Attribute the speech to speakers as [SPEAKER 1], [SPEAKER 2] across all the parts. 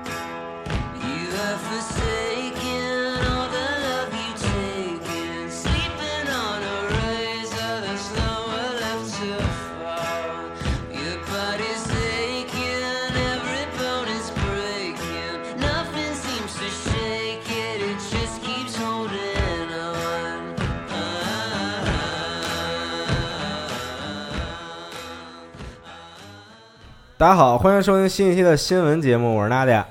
[SPEAKER 1] You have forsaken all the love you taken, sleeping on a razor that's nowhere left to fall. Your body's aching, every bone is breaking. Nothing seems to shake it, it just keeps holding Ah, on.
[SPEAKER 2] 大家好，欢迎收听新一期的新闻节目，我是娜姐。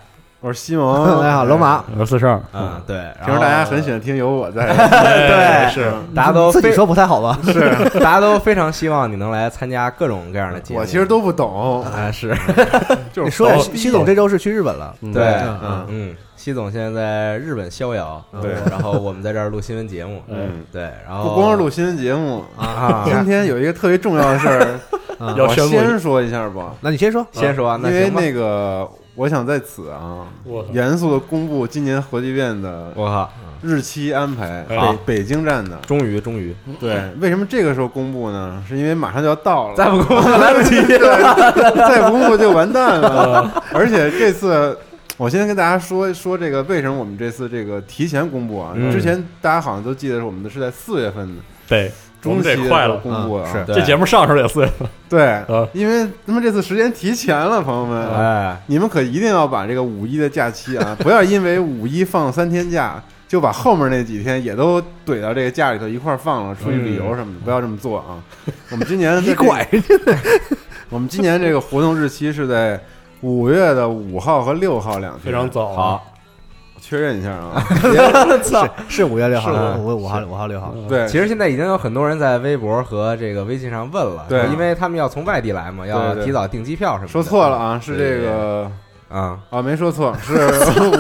[SPEAKER 3] 我是西
[SPEAKER 4] 嗯
[SPEAKER 3] 蒙， 哎
[SPEAKER 2] 大家好，龙马。
[SPEAKER 4] 我是四少，
[SPEAKER 2] 嗯，对，然后
[SPEAKER 3] 平时大家很喜欢听有我在，
[SPEAKER 2] 哎对，
[SPEAKER 3] 是
[SPEAKER 2] 大家都
[SPEAKER 4] 自己
[SPEAKER 2] 非
[SPEAKER 4] 说不太 好吧？
[SPEAKER 3] 是，
[SPEAKER 2] 大家都非常希望你能来参加各种各样的节目。
[SPEAKER 3] 我其实都不懂，
[SPEAKER 2] 啊是
[SPEAKER 3] 就是
[SPEAKER 4] 你说
[SPEAKER 3] 我
[SPEAKER 4] 点西西总这周是去日本了，
[SPEAKER 3] 嗯
[SPEAKER 2] 对，
[SPEAKER 3] 嗯
[SPEAKER 2] 嗯，西总现在在日本逍遥，
[SPEAKER 4] 嗯
[SPEAKER 3] 对
[SPEAKER 2] 然后我们在这儿录新闻节目，
[SPEAKER 3] 嗯，
[SPEAKER 2] 对，然后
[SPEAKER 3] 不光是录新闻节目，
[SPEAKER 2] 啊，
[SPEAKER 3] 今天有一个特别重要的事儿，
[SPEAKER 4] 要
[SPEAKER 3] 我
[SPEAKER 4] 宣布
[SPEAKER 3] 先说一下吧，
[SPEAKER 4] 那你先说，
[SPEAKER 2] 先说，
[SPEAKER 3] 嗯因
[SPEAKER 2] 啊那
[SPEAKER 3] 为
[SPEAKER 2] 行吧，
[SPEAKER 3] 那个我想在此啊，严肃的公布今年核聚变的
[SPEAKER 2] 我靠，
[SPEAKER 3] 日期安排，
[SPEAKER 2] 好
[SPEAKER 3] 北北京站的，
[SPEAKER 2] 终于终于
[SPEAKER 3] 对，为什么这个时候公布呢？是因为马上就要到了，
[SPEAKER 2] 再不公布
[SPEAKER 3] 来不及了，再不公布就完蛋了。而且这次，我先跟大家说说这个为什么我们这次这个提前公布啊？
[SPEAKER 2] 嗯
[SPEAKER 3] 之前大家好像都记得是我们的是在四月份
[SPEAKER 5] 对，我
[SPEAKER 3] 中
[SPEAKER 5] 们
[SPEAKER 3] 期
[SPEAKER 5] 这
[SPEAKER 3] 的时
[SPEAKER 5] 快
[SPEAKER 3] 候
[SPEAKER 5] 了
[SPEAKER 3] 公
[SPEAKER 4] 嗯
[SPEAKER 3] 布啊，
[SPEAKER 2] 嗯是
[SPEAKER 5] 这节目上时候也四月份，
[SPEAKER 3] 对
[SPEAKER 5] 嗯，
[SPEAKER 3] 因为咱们这次时间提前了，朋友们。啊
[SPEAKER 2] 哎，
[SPEAKER 3] 你们可一定要把这个五一的假期啊，不要因为五一放三天假，就把后面那几天也都怼到这个假里头一块儿放了，出去旅游什么的，不要这么做啊。我们今年你
[SPEAKER 4] 拐
[SPEAKER 3] 这个，我们今年这个活动日期是在五月的五号和六号两天，
[SPEAKER 5] 非常早。
[SPEAKER 2] 好，
[SPEAKER 3] 确认一下啊。
[SPEAKER 2] 操！
[SPEAKER 4] 是五月六号啊
[SPEAKER 2] 是的，
[SPEAKER 5] 嗯
[SPEAKER 4] 五月五号，五号六号，
[SPEAKER 3] 对，
[SPEAKER 2] 其实现在已经有很多人在微博和这个微信上问了，
[SPEAKER 3] 对
[SPEAKER 2] 因为他们要从外地来嘛，要
[SPEAKER 3] 对对
[SPEAKER 2] 提早订机票什么的。
[SPEAKER 3] 说错了啊，是
[SPEAKER 2] 对
[SPEAKER 3] 这个
[SPEAKER 2] 啊！
[SPEAKER 3] 啊，没说错，是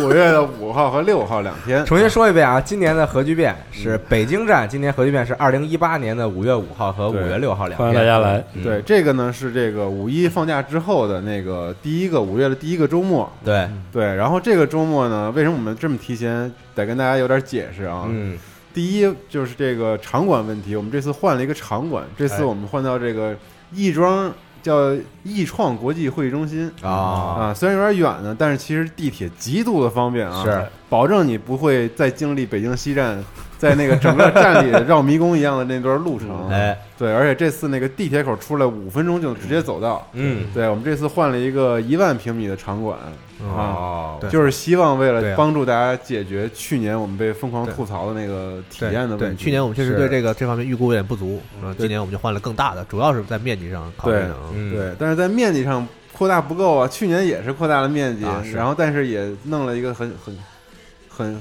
[SPEAKER 3] 五月的五号和六号两天。
[SPEAKER 2] 重新说一遍啊，今年的核聚变是
[SPEAKER 3] 嗯
[SPEAKER 2] 北京站，今年核聚变是二零一八年的五月五号和五
[SPEAKER 3] 对
[SPEAKER 2] 月六号两
[SPEAKER 5] 欢
[SPEAKER 2] 天。
[SPEAKER 5] 迎大家来，
[SPEAKER 2] 嗯
[SPEAKER 3] 对，这个呢是这个五一放假之后的那个第一个五月的第一个周末，
[SPEAKER 2] 对，
[SPEAKER 3] 对，然后这个周末呢，为什么我们这么提前？得跟大家有点解释啊。
[SPEAKER 2] 嗯，
[SPEAKER 3] 第一就是这个场馆问题，我们这次换了一个场馆，这
[SPEAKER 2] 哎
[SPEAKER 3] 次我们换到这个亦庄，叫亦创国际会议中心。
[SPEAKER 2] 啊，
[SPEAKER 3] 啊，虽然有点远呢，但是其实地铁极度的方便啊，
[SPEAKER 2] 是
[SPEAKER 3] 保证你不会再经历北京西站，在那个整个站里绕迷宫一样的那段路程。啊
[SPEAKER 2] 哎，
[SPEAKER 3] 对，而且这次那个地铁口出来五分钟就直接走到。
[SPEAKER 2] 嗯，
[SPEAKER 3] 对我们这次换了一个一万平米的场馆，啊
[SPEAKER 2] 哦，
[SPEAKER 4] 对
[SPEAKER 3] 就是希望为
[SPEAKER 4] 对
[SPEAKER 3] 了
[SPEAKER 4] 啊
[SPEAKER 3] 帮助大家解决去年我们被疯狂吐槽的那个体验的
[SPEAKER 4] 对
[SPEAKER 3] 问题。
[SPEAKER 4] 去年我们确实对
[SPEAKER 3] 是
[SPEAKER 4] 这个这方面预估有点不足，然后今年我们就换了更大的，主要是在面积上考虑的啊。
[SPEAKER 2] 嗯，
[SPEAKER 3] 对，但是在面积上扩大不够啊，去年也是扩大了面积，
[SPEAKER 4] 啊是
[SPEAKER 3] 然后但是也弄了一个很很很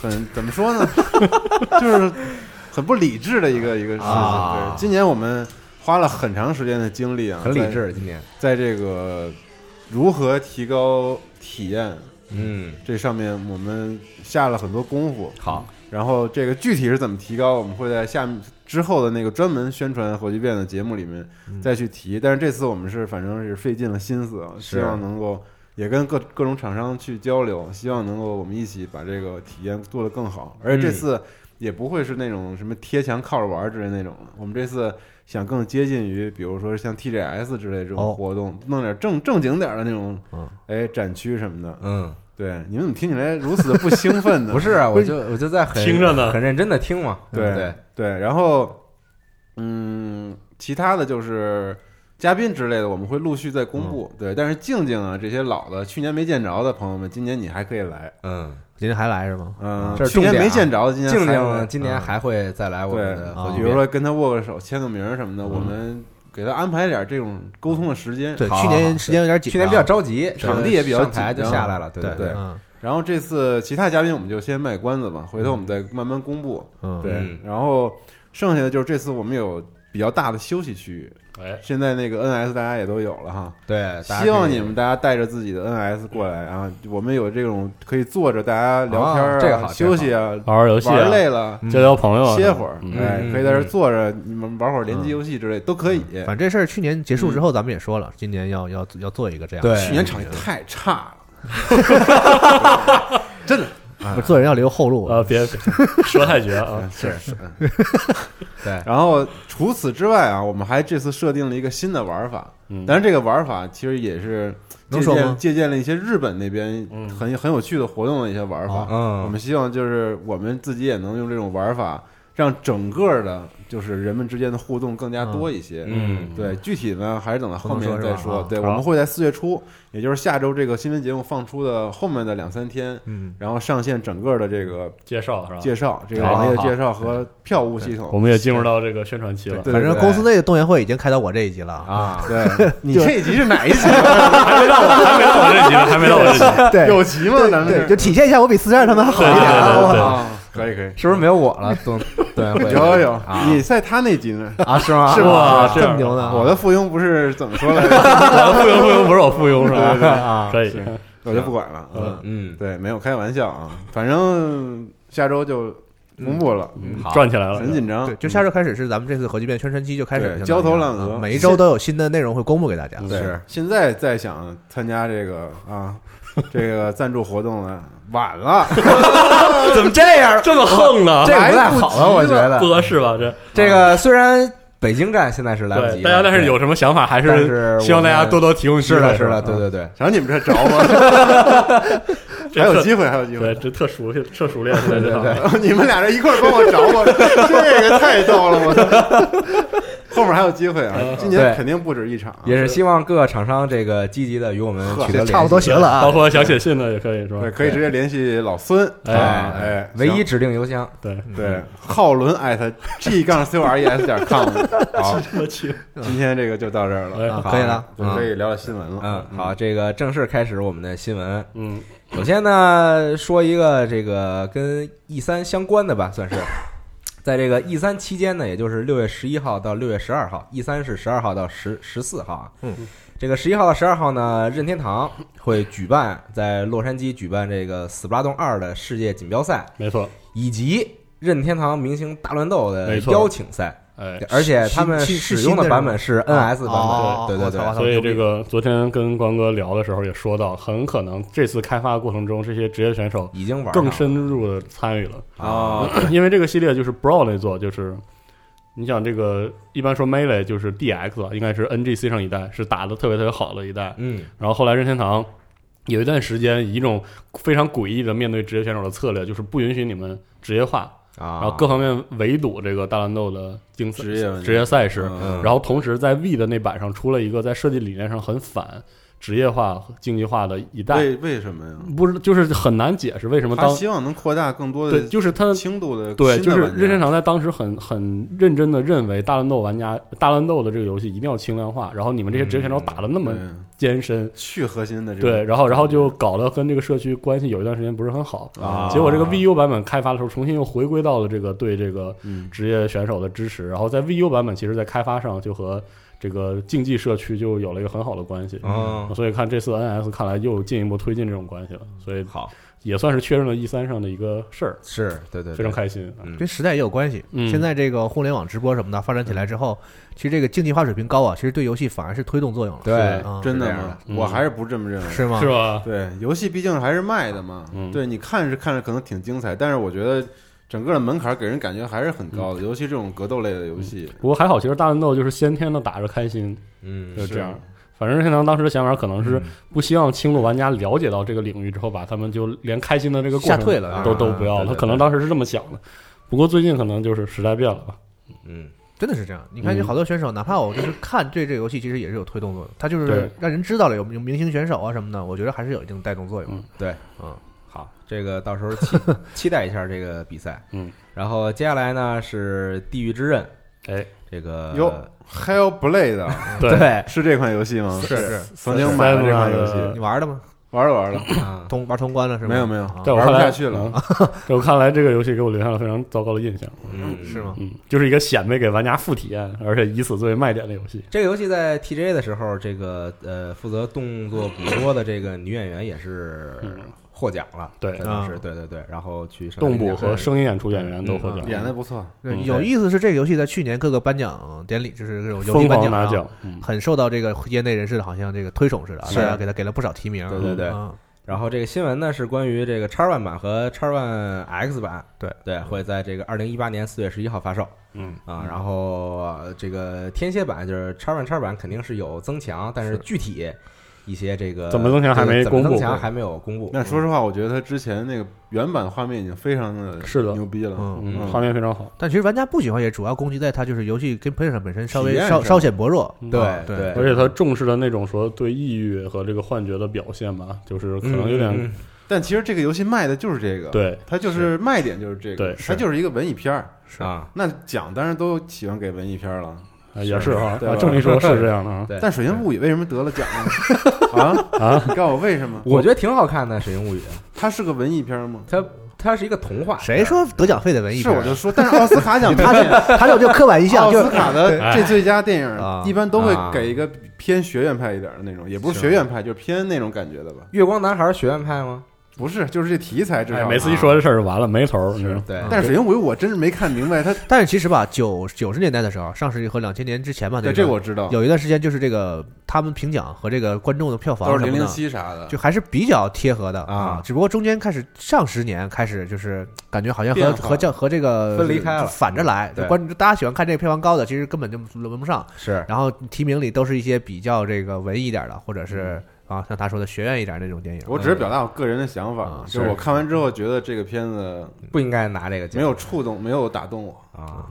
[SPEAKER 3] 很怎么说呢， 就是很不理智的一个一个事情。
[SPEAKER 2] 啊
[SPEAKER 3] 对，今年我们花了很长时间的精力啊，
[SPEAKER 2] 很理智，今年，
[SPEAKER 3] 在，在这个如何提高体验
[SPEAKER 2] 嗯，
[SPEAKER 3] 这上面，我们下了很多功夫。
[SPEAKER 2] 好，
[SPEAKER 3] 然后这个具体是怎么提高，我们会在下面之后的那个专门宣传核聚变的节目里面再去提。但是这次我们是反正是费尽了心思啊，
[SPEAKER 2] 是
[SPEAKER 3] 希望能够也跟各各种厂商去交流，希望能够我们一起把这个体验做得更好。
[SPEAKER 4] 嗯
[SPEAKER 3] 而且这次也不会是那种什么贴墙靠着玩儿之类那种了，我们这次。想更接近于，比如说像 TGS 之类这
[SPEAKER 4] 哦
[SPEAKER 3] 种活动，弄点正正经点儿的那种
[SPEAKER 4] 嗯，
[SPEAKER 3] 哎，展区什么的。
[SPEAKER 2] 嗯，
[SPEAKER 3] 对，你们怎么听起来如此的不兴奋呢？
[SPEAKER 2] 不是啊，我就我就在很
[SPEAKER 5] 听着呢
[SPEAKER 2] 很认真的听嘛，
[SPEAKER 3] 对
[SPEAKER 2] 不对，
[SPEAKER 3] 对，然后嗯，其他的就是嘉宾之类的，我们会陆续再
[SPEAKER 2] 嗯
[SPEAKER 3] 公布。对，但是静静啊，这些老的，去年没见着的朋友们，今年你还可以来。
[SPEAKER 2] 嗯，
[SPEAKER 4] 今天还来是吗？
[SPEAKER 3] 嗯，
[SPEAKER 2] 这是
[SPEAKER 3] 去
[SPEAKER 2] 重
[SPEAKER 3] 年
[SPEAKER 2] 点啊
[SPEAKER 3] 没见着的，今年
[SPEAKER 2] 静
[SPEAKER 3] 还来
[SPEAKER 2] 静今
[SPEAKER 4] 嗯
[SPEAKER 2] 年还会再来我们的嗯
[SPEAKER 3] 对，
[SPEAKER 2] 核
[SPEAKER 4] 啊
[SPEAKER 2] 聚
[SPEAKER 3] 比
[SPEAKER 2] 变，
[SPEAKER 3] 如说跟他握个手、签个名儿什么的，我们给他安排点这种沟通的时间。
[SPEAKER 4] 对，
[SPEAKER 2] 好
[SPEAKER 4] 去
[SPEAKER 2] 好
[SPEAKER 4] 年
[SPEAKER 2] 好
[SPEAKER 4] 时间有点紧
[SPEAKER 2] 去
[SPEAKER 4] 张，
[SPEAKER 2] 年比较着急，
[SPEAKER 3] 场地也比较
[SPEAKER 2] 上台
[SPEAKER 3] 紧
[SPEAKER 2] 就
[SPEAKER 3] 张
[SPEAKER 2] 下来了，对
[SPEAKER 4] 对
[SPEAKER 2] 对，
[SPEAKER 4] 嗯
[SPEAKER 3] 然后这次其他嘉宾我们就先卖关子吧，回头我们再慢慢公布。
[SPEAKER 4] 嗯，
[SPEAKER 3] 对
[SPEAKER 2] 嗯，
[SPEAKER 3] 然后剩下的就是这次我们有比较大的休息区域。
[SPEAKER 5] 哎，
[SPEAKER 3] 现在那个 NS 大家也都有了哈，
[SPEAKER 2] 对，大家
[SPEAKER 3] 希望
[SPEAKER 2] 可以
[SPEAKER 3] 你们大家带着自己的 NS 过来啊，我们有这种可以坐着大家聊天
[SPEAKER 2] 哦
[SPEAKER 3] 啊、
[SPEAKER 2] 这个好
[SPEAKER 3] 休息啊、
[SPEAKER 5] 玩玩游戏啊，
[SPEAKER 3] 玩累了、
[SPEAKER 5] 交交朋友啊，
[SPEAKER 3] 歇 会儿，
[SPEAKER 5] 嗯
[SPEAKER 3] 哎，
[SPEAKER 2] 嗯
[SPEAKER 3] 可以在这儿坐着，你们玩会儿联机游戏之类都可以。
[SPEAKER 4] 反正这事儿去年结束之后，咱们也说了，今年要要要做一个这样的。
[SPEAKER 2] 嗯对
[SPEAKER 3] 去年场地太差了，
[SPEAKER 2] 嗯
[SPEAKER 4] 不是做人要留后路。
[SPEAKER 2] 呃
[SPEAKER 5] 啊， 别别说太绝 啊，
[SPEAKER 3] 是是。
[SPEAKER 2] 对
[SPEAKER 3] 然后除此之外啊，我们还这次设定了一个新的玩法，
[SPEAKER 5] 嗯
[SPEAKER 3] 但是这个玩法其实也是借
[SPEAKER 4] 能说吗
[SPEAKER 3] 鉴借鉴了一些日本那边很很有趣的活动的一些玩法。我
[SPEAKER 2] 嗯
[SPEAKER 3] 们希望就是我们自己也能用这种玩法，让整个的就是人们之间的互动更加多一些。
[SPEAKER 5] 嗯，
[SPEAKER 3] 对，具体呢还是等到后面
[SPEAKER 4] 不能说
[SPEAKER 3] 再
[SPEAKER 4] 是吧
[SPEAKER 3] 说。
[SPEAKER 4] 啊
[SPEAKER 3] 对，我
[SPEAKER 5] 好
[SPEAKER 3] 们会在四月初，也就是下周这个新闻节目放出的后面的两三天，
[SPEAKER 4] 嗯，
[SPEAKER 3] 然后上线整个的这个
[SPEAKER 5] 介绍是吧？
[SPEAKER 3] 介绍，这个
[SPEAKER 5] 啊好
[SPEAKER 3] 网页
[SPEAKER 5] 好
[SPEAKER 3] 介绍和票务系
[SPEAKER 5] 我
[SPEAKER 3] 统。
[SPEAKER 5] 们也进入到这个宣传期了，
[SPEAKER 3] 对
[SPEAKER 4] 反正
[SPEAKER 3] 对
[SPEAKER 4] 公司内的动员会已经开到我这一集了啊。
[SPEAKER 2] 啊，
[SPEAKER 3] 对你这一集是哪一集？
[SPEAKER 5] 还没到我，还没到我这集呢，还没到我这集，
[SPEAKER 4] 对，
[SPEAKER 3] 有集吗？咱们
[SPEAKER 4] 对，
[SPEAKER 3] 这
[SPEAKER 4] 就体现一下我比四十二他们还好
[SPEAKER 5] 对
[SPEAKER 4] 一点啊。
[SPEAKER 5] 对对
[SPEAKER 4] 我
[SPEAKER 5] 对，
[SPEAKER 3] 啊，可以可以。
[SPEAKER 2] 是不是没有我了？总 对，会
[SPEAKER 3] 有有
[SPEAKER 2] 啊，
[SPEAKER 3] 你在他那集呢？
[SPEAKER 2] 啊，是吗？
[SPEAKER 3] 是
[SPEAKER 5] 哇，
[SPEAKER 3] 吧
[SPEAKER 5] 这
[SPEAKER 4] 这么
[SPEAKER 5] 样
[SPEAKER 4] 牛呢？
[SPEAKER 3] 我的附庸不是怎么说来 着？
[SPEAKER 5] 我的附庸附庸不是我附庸是
[SPEAKER 3] 对对对
[SPEAKER 5] 吧？
[SPEAKER 2] 啊，
[SPEAKER 5] 可以，
[SPEAKER 3] 我就不管了。
[SPEAKER 5] 嗯
[SPEAKER 3] 嗯，
[SPEAKER 2] 嗯，
[SPEAKER 3] 对，没有开玩笑啊，反正下周就公布了，
[SPEAKER 5] 嗯
[SPEAKER 2] 好
[SPEAKER 5] 转起来了，
[SPEAKER 3] 很紧张
[SPEAKER 4] 对，。就下周开始是咱们这次核聚变宣传期就开始
[SPEAKER 3] 对
[SPEAKER 4] 了
[SPEAKER 3] 焦头烂额
[SPEAKER 4] 啊每一周都有新的内容会公布给大家。
[SPEAKER 3] 对，现在再想参加这个 啊，这个赞助活动呢，晚了，
[SPEAKER 2] 怎么这样？
[SPEAKER 5] 这么横呢
[SPEAKER 2] 这？个不太好了，我觉
[SPEAKER 5] 啊 不
[SPEAKER 2] 得
[SPEAKER 5] 合适吧？这
[SPEAKER 2] 这个虽然北京站现在是来不及了，
[SPEAKER 5] 对大家，但是
[SPEAKER 2] 对
[SPEAKER 5] 有什么想法，还
[SPEAKER 2] 但是
[SPEAKER 5] 希望大家多多提供机
[SPEAKER 2] 是
[SPEAKER 5] 会。
[SPEAKER 2] 的，是
[SPEAKER 5] 是
[SPEAKER 2] 的，
[SPEAKER 5] 吧啊
[SPEAKER 2] 对，对对，
[SPEAKER 3] 想你们这着吗？
[SPEAKER 5] 这
[SPEAKER 3] 还有
[SPEAKER 5] 特
[SPEAKER 3] 机会，还有机
[SPEAKER 5] 对，
[SPEAKER 3] 会。
[SPEAKER 5] 这特熟悉，特熟练，对
[SPEAKER 2] 对
[SPEAKER 5] 对
[SPEAKER 2] 对，
[SPEAKER 3] 你们俩这一块儿帮我着我，这个太逗了，我操！后面还有机会啊，今年
[SPEAKER 2] 对
[SPEAKER 3] 肯定不止一场啊。
[SPEAKER 2] 也是希望各个厂商这个积极的与我们取得
[SPEAKER 4] 这
[SPEAKER 2] 联系
[SPEAKER 4] 差不多行了
[SPEAKER 5] 包
[SPEAKER 4] 啊。
[SPEAKER 5] 括想写信的也可以是吧
[SPEAKER 3] 对，？可以直接联系老孙，
[SPEAKER 5] 哎
[SPEAKER 3] 啊哎，
[SPEAKER 2] 唯一
[SPEAKER 3] 行
[SPEAKER 2] 指定邮箱，
[SPEAKER 5] 对，
[SPEAKER 3] 对浩伦 at g 杠 c o r e s 点 com。好，
[SPEAKER 5] 这么轻，
[SPEAKER 3] 今天这个就到这儿了，
[SPEAKER 5] 哎
[SPEAKER 2] 好
[SPEAKER 4] 可以了
[SPEAKER 3] 我们可以聊聊新闻了。
[SPEAKER 2] 嗯，好，这个正式开始我们的新闻。
[SPEAKER 5] 嗯，
[SPEAKER 2] 首先呢，说一个这个跟 E 三相关的吧，算是。在这个 E 三期间呢，也就是六月十一号到六月十二号，E 三是十二号到十十四号啊。
[SPEAKER 4] 嗯，
[SPEAKER 2] 这个十一号到十二号呢，任天堂会举办在洛杉矶举办这个《斯巴达洞二》的世界锦标赛，
[SPEAKER 5] 没错，
[SPEAKER 2] 以及任天堂明星大乱斗的
[SPEAKER 5] 没错
[SPEAKER 2] 邀请赛，
[SPEAKER 5] 哎，
[SPEAKER 2] 而且他们
[SPEAKER 4] 新
[SPEAKER 2] 使用的版本是 NS 版
[SPEAKER 4] 哦
[SPEAKER 2] 本，对对对
[SPEAKER 4] 我操
[SPEAKER 5] 所以这个昨天跟关哥聊的时候也说到，很可能这次开发过程中，这些职业选手
[SPEAKER 2] 已经玩上
[SPEAKER 5] 更
[SPEAKER 2] 了
[SPEAKER 5] 深入的参与了，
[SPEAKER 3] 啊，
[SPEAKER 5] 因为这个系列就是 Brawl 那座，就是你想这个一般说 Melee 就是 DX 了，应该是 NGC 上一代是打的特别特别好的一代，
[SPEAKER 2] 嗯
[SPEAKER 5] 然后后来任天堂有一段时间以一种非常诡异的面对职业选手的策略，就是不允许你们职业化，
[SPEAKER 2] 啊，
[SPEAKER 5] 然后各方面围堵这个大乱斗的竞赛
[SPEAKER 3] 职业问题
[SPEAKER 5] 职业赛事，
[SPEAKER 3] 嗯
[SPEAKER 5] 然后同时在 V 的那版上出了一个在设计理念上很反职业化、和竞技化的一代，
[SPEAKER 3] 为为什么呀？
[SPEAKER 5] 不是就是很难解释为什么
[SPEAKER 3] 他
[SPEAKER 5] 当
[SPEAKER 3] 希望能扩大更多
[SPEAKER 5] 对
[SPEAKER 3] 的
[SPEAKER 5] 就是他
[SPEAKER 3] 轻度的
[SPEAKER 5] 对
[SPEAKER 3] 新
[SPEAKER 5] 就
[SPEAKER 3] 的
[SPEAKER 5] 是
[SPEAKER 3] 玩家
[SPEAKER 5] 任天堂在当时很很认真的认为大乱斗玩家大乱斗的这个游戏一定要轻量化，然后你们这些职业选手打的那么
[SPEAKER 3] 嗯对
[SPEAKER 5] 艰深，
[SPEAKER 3] 去核心的这
[SPEAKER 5] 对，
[SPEAKER 3] 个
[SPEAKER 5] 然后然后就搞得跟这个社区关系有一段时间不是很好，
[SPEAKER 3] 啊
[SPEAKER 5] 结果这个 VU 版本开发的时候重新又回归到了这个对这个
[SPEAKER 3] 嗯
[SPEAKER 5] 职业选手的支持，然后在 VU 版本其实在开发上就和这个竞技社区就有了一个很好的关系。
[SPEAKER 2] 哦
[SPEAKER 5] 所以看这次 NS 看来又进一步推进这种关系了，所以
[SPEAKER 2] 好
[SPEAKER 5] 也算是确认了 E 三上的一个事儿，
[SPEAKER 2] 是对对对
[SPEAKER 5] 非常开心。
[SPEAKER 2] 嗯
[SPEAKER 4] 跟时代也有关系。
[SPEAKER 5] 嗯
[SPEAKER 4] 现在这个互联网直播什么的发展起来之后，其实这个竞技化水平高啊，其实对游戏反而是推动作用了。
[SPEAKER 2] 对
[SPEAKER 4] 啊
[SPEAKER 3] 真
[SPEAKER 2] 是
[SPEAKER 3] 的
[SPEAKER 2] 这样
[SPEAKER 3] 吗
[SPEAKER 2] 的？
[SPEAKER 5] 嗯
[SPEAKER 3] 我还是不这么认为。
[SPEAKER 4] 是吗？
[SPEAKER 5] 是吧？
[SPEAKER 3] 对，游戏毕竟还是卖的嘛。
[SPEAKER 5] 嗯
[SPEAKER 3] 对，你看是看着可能挺精彩，但是我觉得整个的门槛给人感觉还是很高的，
[SPEAKER 2] 嗯
[SPEAKER 3] 尤其这种格斗类的游戏。
[SPEAKER 5] 不过还好，其实大乱斗就是先天的打着开心，
[SPEAKER 2] 嗯
[SPEAKER 5] 就是这样。反正任天堂当时的想法可能是不希望轻度玩家了解到这个领域之后，把他们就连开心的这个过
[SPEAKER 4] 吓
[SPEAKER 5] 程
[SPEAKER 4] 退了
[SPEAKER 5] 都
[SPEAKER 4] 啊
[SPEAKER 5] 都不要了。
[SPEAKER 2] 对对
[SPEAKER 5] 他可能当时是这么想的，不过最近可能就是时代变了吧。
[SPEAKER 2] 嗯
[SPEAKER 4] 真的是这样。你看，
[SPEAKER 5] 嗯
[SPEAKER 4] 有好多选手，哪怕我就是看对这个游戏，其实也是有推动作用。他就
[SPEAKER 5] 对
[SPEAKER 4] 是让人知道了有有明星选手啊什么的，我觉得还是有一定带动作
[SPEAKER 5] 嗯
[SPEAKER 4] 用的。
[SPEAKER 2] 好，这个到时候 期期待一下这个比赛。
[SPEAKER 5] 嗯，
[SPEAKER 2] 然后接下来呢是《地狱之刃》
[SPEAKER 5] 哎，
[SPEAKER 2] 这个
[SPEAKER 3] 哟，Hellblade 啊
[SPEAKER 5] 对
[SPEAKER 2] 对
[SPEAKER 3] 是这款游戏吗？
[SPEAKER 2] 是是
[SPEAKER 3] 曾经买了这款游
[SPEAKER 5] 塞
[SPEAKER 3] 戏
[SPEAKER 5] 姆纳的，
[SPEAKER 4] 你玩的吗？
[SPEAKER 3] 玩了玩了，
[SPEAKER 2] 啊，
[SPEAKER 4] 通玩通关了是吗？
[SPEAKER 3] 没有没有
[SPEAKER 4] 啊
[SPEAKER 5] 在我
[SPEAKER 3] 玩
[SPEAKER 5] 看
[SPEAKER 3] 不
[SPEAKER 5] 来嗯
[SPEAKER 3] 下去了。
[SPEAKER 5] 在我看来，这个游戏给我留下了非常糟糕的印象。
[SPEAKER 2] 嗯，
[SPEAKER 4] 是吗？
[SPEAKER 5] 嗯，就是一个显摆给玩家副体验，而且以此作为卖点的游戏。
[SPEAKER 2] 这个游戏在 TGA 的时候，这个呃负责动作捕捉的这个女演员也是
[SPEAKER 5] 嗯
[SPEAKER 2] 获奖了，
[SPEAKER 5] 对
[SPEAKER 2] 真的是对啊对对，然后去上
[SPEAKER 5] 动
[SPEAKER 2] 海
[SPEAKER 5] 捕
[SPEAKER 2] 电视
[SPEAKER 5] 和声音演出演员都获
[SPEAKER 2] 嗯
[SPEAKER 5] 奖，
[SPEAKER 3] 演的不错，
[SPEAKER 4] 对
[SPEAKER 5] 嗯
[SPEAKER 4] 有意思是这个游戏在去年各个颁奖典礼，就是这种游戏
[SPEAKER 5] 疯
[SPEAKER 4] 颁
[SPEAKER 5] 狂
[SPEAKER 4] 奖
[SPEAKER 5] 拿
[SPEAKER 4] 啊
[SPEAKER 5] 奖。嗯，
[SPEAKER 4] 很受到这个业内人士的好像这个推崇似的啊，
[SPEAKER 2] 是
[SPEAKER 4] 大家给他给了不少提名。
[SPEAKER 2] 对对对
[SPEAKER 4] 嗯
[SPEAKER 2] 然后这个新闻呢是关于这个 X One 版和 X One X 版，
[SPEAKER 4] 对
[SPEAKER 2] 对，会在这个二零一八年四月十一号发售
[SPEAKER 5] 嗯
[SPEAKER 2] 啊。然后呃这个天蝎版就是 X One X 版肯定是有增强，但是具体一些这个
[SPEAKER 5] 怎么增强还没
[SPEAKER 2] 对怎么
[SPEAKER 5] 公
[SPEAKER 2] 增
[SPEAKER 5] 布
[SPEAKER 2] 强还没有公布。
[SPEAKER 3] 但说实话，我觉得他之前那个原版画面已经非常的
[SPEAKER 5] 是的
[SPEAKER 3] 牛逼了，
[SPEAKER 4] 嗯
[SPEAKER 5] 嗯，
[SPEAKER 3] 嗯
[SPEAKER 5] 画面非常好。
[SPEAKER 4] 但其实玩家不喜欢，也主要攻击在它就是游戏跟配上本身稍微
[SPEAKER 3] 体验
[SPEAKER 4] 稍
[SPEAKER 3] 上
[SPEAKER 4] 稍显薄弱。
[SPEAKER 5] 嗯
[SPEAKER 2] 对
[SPEAKER 4] 啊对
[SPEAKER 2] 对
[SPEAKER 5] 而且他重视的那种说对抑郁和这个幻觉的表现吧，就是可能有点、
[SPEAKER 2] 嗯嗯
[SPEAKER 3] 但其实这个游戏卖的就是这个，，
[SPEAKER 5] 对
[SPEAKER 3] 它就是卖点就是这个，
[SPEAKER 5] 对是
[SPEAKER 3] 它就是一个文艺片儿。
[SPEAKER 2] 嗯啊，
[SPEAKER 3] 那奖当然都喜欢给文艺片儿了，
[SPEAKER 5] 啊也是哈。
[SPEAKER 3] 对
[SPEAKER 5] 啊
[SPEAKER 3] 吧
[SPEAKER 5] 这么一说，是这样的啊。
[SPEAKER 2] 对
[SPEAKER 3] 但《水星物语》为什么得了奖 呢？啊
[SPEAKER 5] 啊！
[SPEAKER 3] 你告诉我为什么？
[SPEAKER 2] 我觉得挺好看的《水形物语》，
[SPEAKER 3] 它是个文艺片儿吗？
[SPEAKER 2] 它它是一个童话，
[SPEAKER 4] 谁说得奖非得文艺
[SPEAKER 3] 是，
[SPEAKER 4] 片儿
[SPEAKER 3] 我就说，但是奥斯卡奖
[SPEAKER 4] 他
[SPEAKER 3] 明显
[SPEAKER 4] 这他这就刻板印 象，
[SPEAKER 3] 奥
[SPEAKER 4] 就
[SPEAKER 3] 斯
[SPEAKER 4] 是
[SPEAKER 3] 卡的这最佳电
[SPEAKER 4] 啊
[SPEAKER 3] 影，一般都会
[SPEAKER 2] 啊
[SPEAKER 3] 给一个偏学院派一点的那种，也不是学院派，就是偏那种感觉的吧？
[SPEAKER 2] 月光男孩》学院派吗？
[SPEAKER 3] 不是，就是这题材至
[SPEAKER 5] 哎，
[SPEAKER 3] 少。
[SPEAKER 5] 每次一说这事儿就完了，没头儿。你知道吗
[SPEAKER 2] 对，
[SPEAKER 3] 但是《水星物语》我真是没看明白，它
[SPEAKER 4] 但是其实吧，九九十年代的时候，上世纪和两千年之前吧，那
[SPEAKER 3] 对
[SPEAKER 4] 个
[SPEAKER 3] 这我知道，
[SPEAKER 4] 有一段时间就是这个他们评奖和这个观众的票
[SPEAKER 3] 都
[SPEAKER 4] 房
[SPEAKER 3] 是
[SPEAKER 4] 什
[SPEAKER 3] 零
[SPEAKER 4] 么
[SPEAKER 3] 零
[SPEAKER 4] 的，
[SPEAKER 3] 七啥的，
[SPEAKER 4] 就还是比较贴合的
[SPEAKER 2] 啊
[SPEAKER 4] 只不过中间开始上十年开始就是感觉好像和
[SPEAKER 3] 变化
[SPEAKER 4] 和这和这个
[SPEAKER 2] 分离开了
[SPEAKER 4] 反着
[SPEAKER 3] 嗯
[SPEAKER 4] 来。
[SPEAKER 2] 对
[SPEAKER 4] 观大家喜欢看这个票房高的，其实根本就轮不上。
[SPEAKER 2] 是
[SPEAKER 4] 然后提名里都是一些比较这个文艺一点的，或者是啊像他说的学院一点那种电影。
[SPEAKER 3] 嗯我只是表达我个人的想法，
[SPEAKER 4] 啊
[SPEAKER 3] 就是我看完之后觉得这个片子
[SPEAKER 2] 不应该拿这个奖
[SPEAKER 3] 没有触动，没有打动我，
[SPEAKER 2] 啊。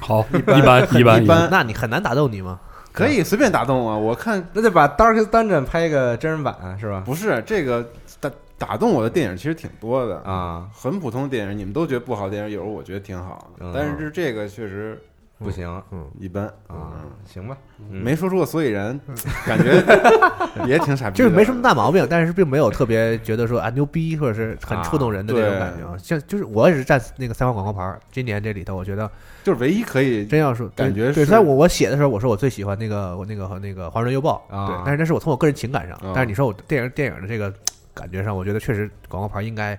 [SPEAKER 5] 好， 一般一般
[SPEAKER 3] 一般
[SPEAKER 4] 那你很难打动你吗？
[SPEAKER 3] 可以随便打动我。我看
[SPEAKER 2] 那就把《Darkest Dungeon》拍一个真人版是吧？
[SPEAKER 3] 不是这个打打动我的电影其实挺多的，
[SPEAKER 2] 啊，
[SPEAKER 3] 很普通的电影，你们都觉得不好的电影，有时候我觉得挺好的
[SPEAKER 2] 嗯，
[SPEAKER 3] 但是就是这个确实
[SPEAKER 2] 不行
[SPEAKER 5] 嗯
[SPEAKER 3] 一般
[SPEAKER 2] 啊
[SPEAKER 3] 嗯，
[SPEAKER 2] 行吧，嗯
[SPEAKER 3] 没说出个所以然，
[SPEAKER 5] 嗯
[SPEAKER 3] 感觉 也挺傻逼
[SPEAKER 4] 就
[SPEAKER 3] 的，
[SPEAKER 4] 是没什么大毛病，但是并没有特别觉得说啊牛逼或者是很触动人的那种感觉。啊、像就是我也是站那个三花广告牌儿，今年这里头，我觉得
[SPEAKER 3] 就是唯一可以
[SPEAKER 4] 真要说对
[SPEAKER 3] 感觉
[SPEAKER 4] 对，
[SPEAKER 3] 是
[SPEAKER 4] 虽然我我写的时候我说我最喜欢那个我那个那个《华盛顿邮报》
[SPEAKER 2] 啊
[SPEAKER 4] 对，但是那是我从我个人情感上，
[SPEAKER 3] 啊
[SPEAKER 4] 但是你说我电影电影的这个感觉上，我觉得确实广告牌应该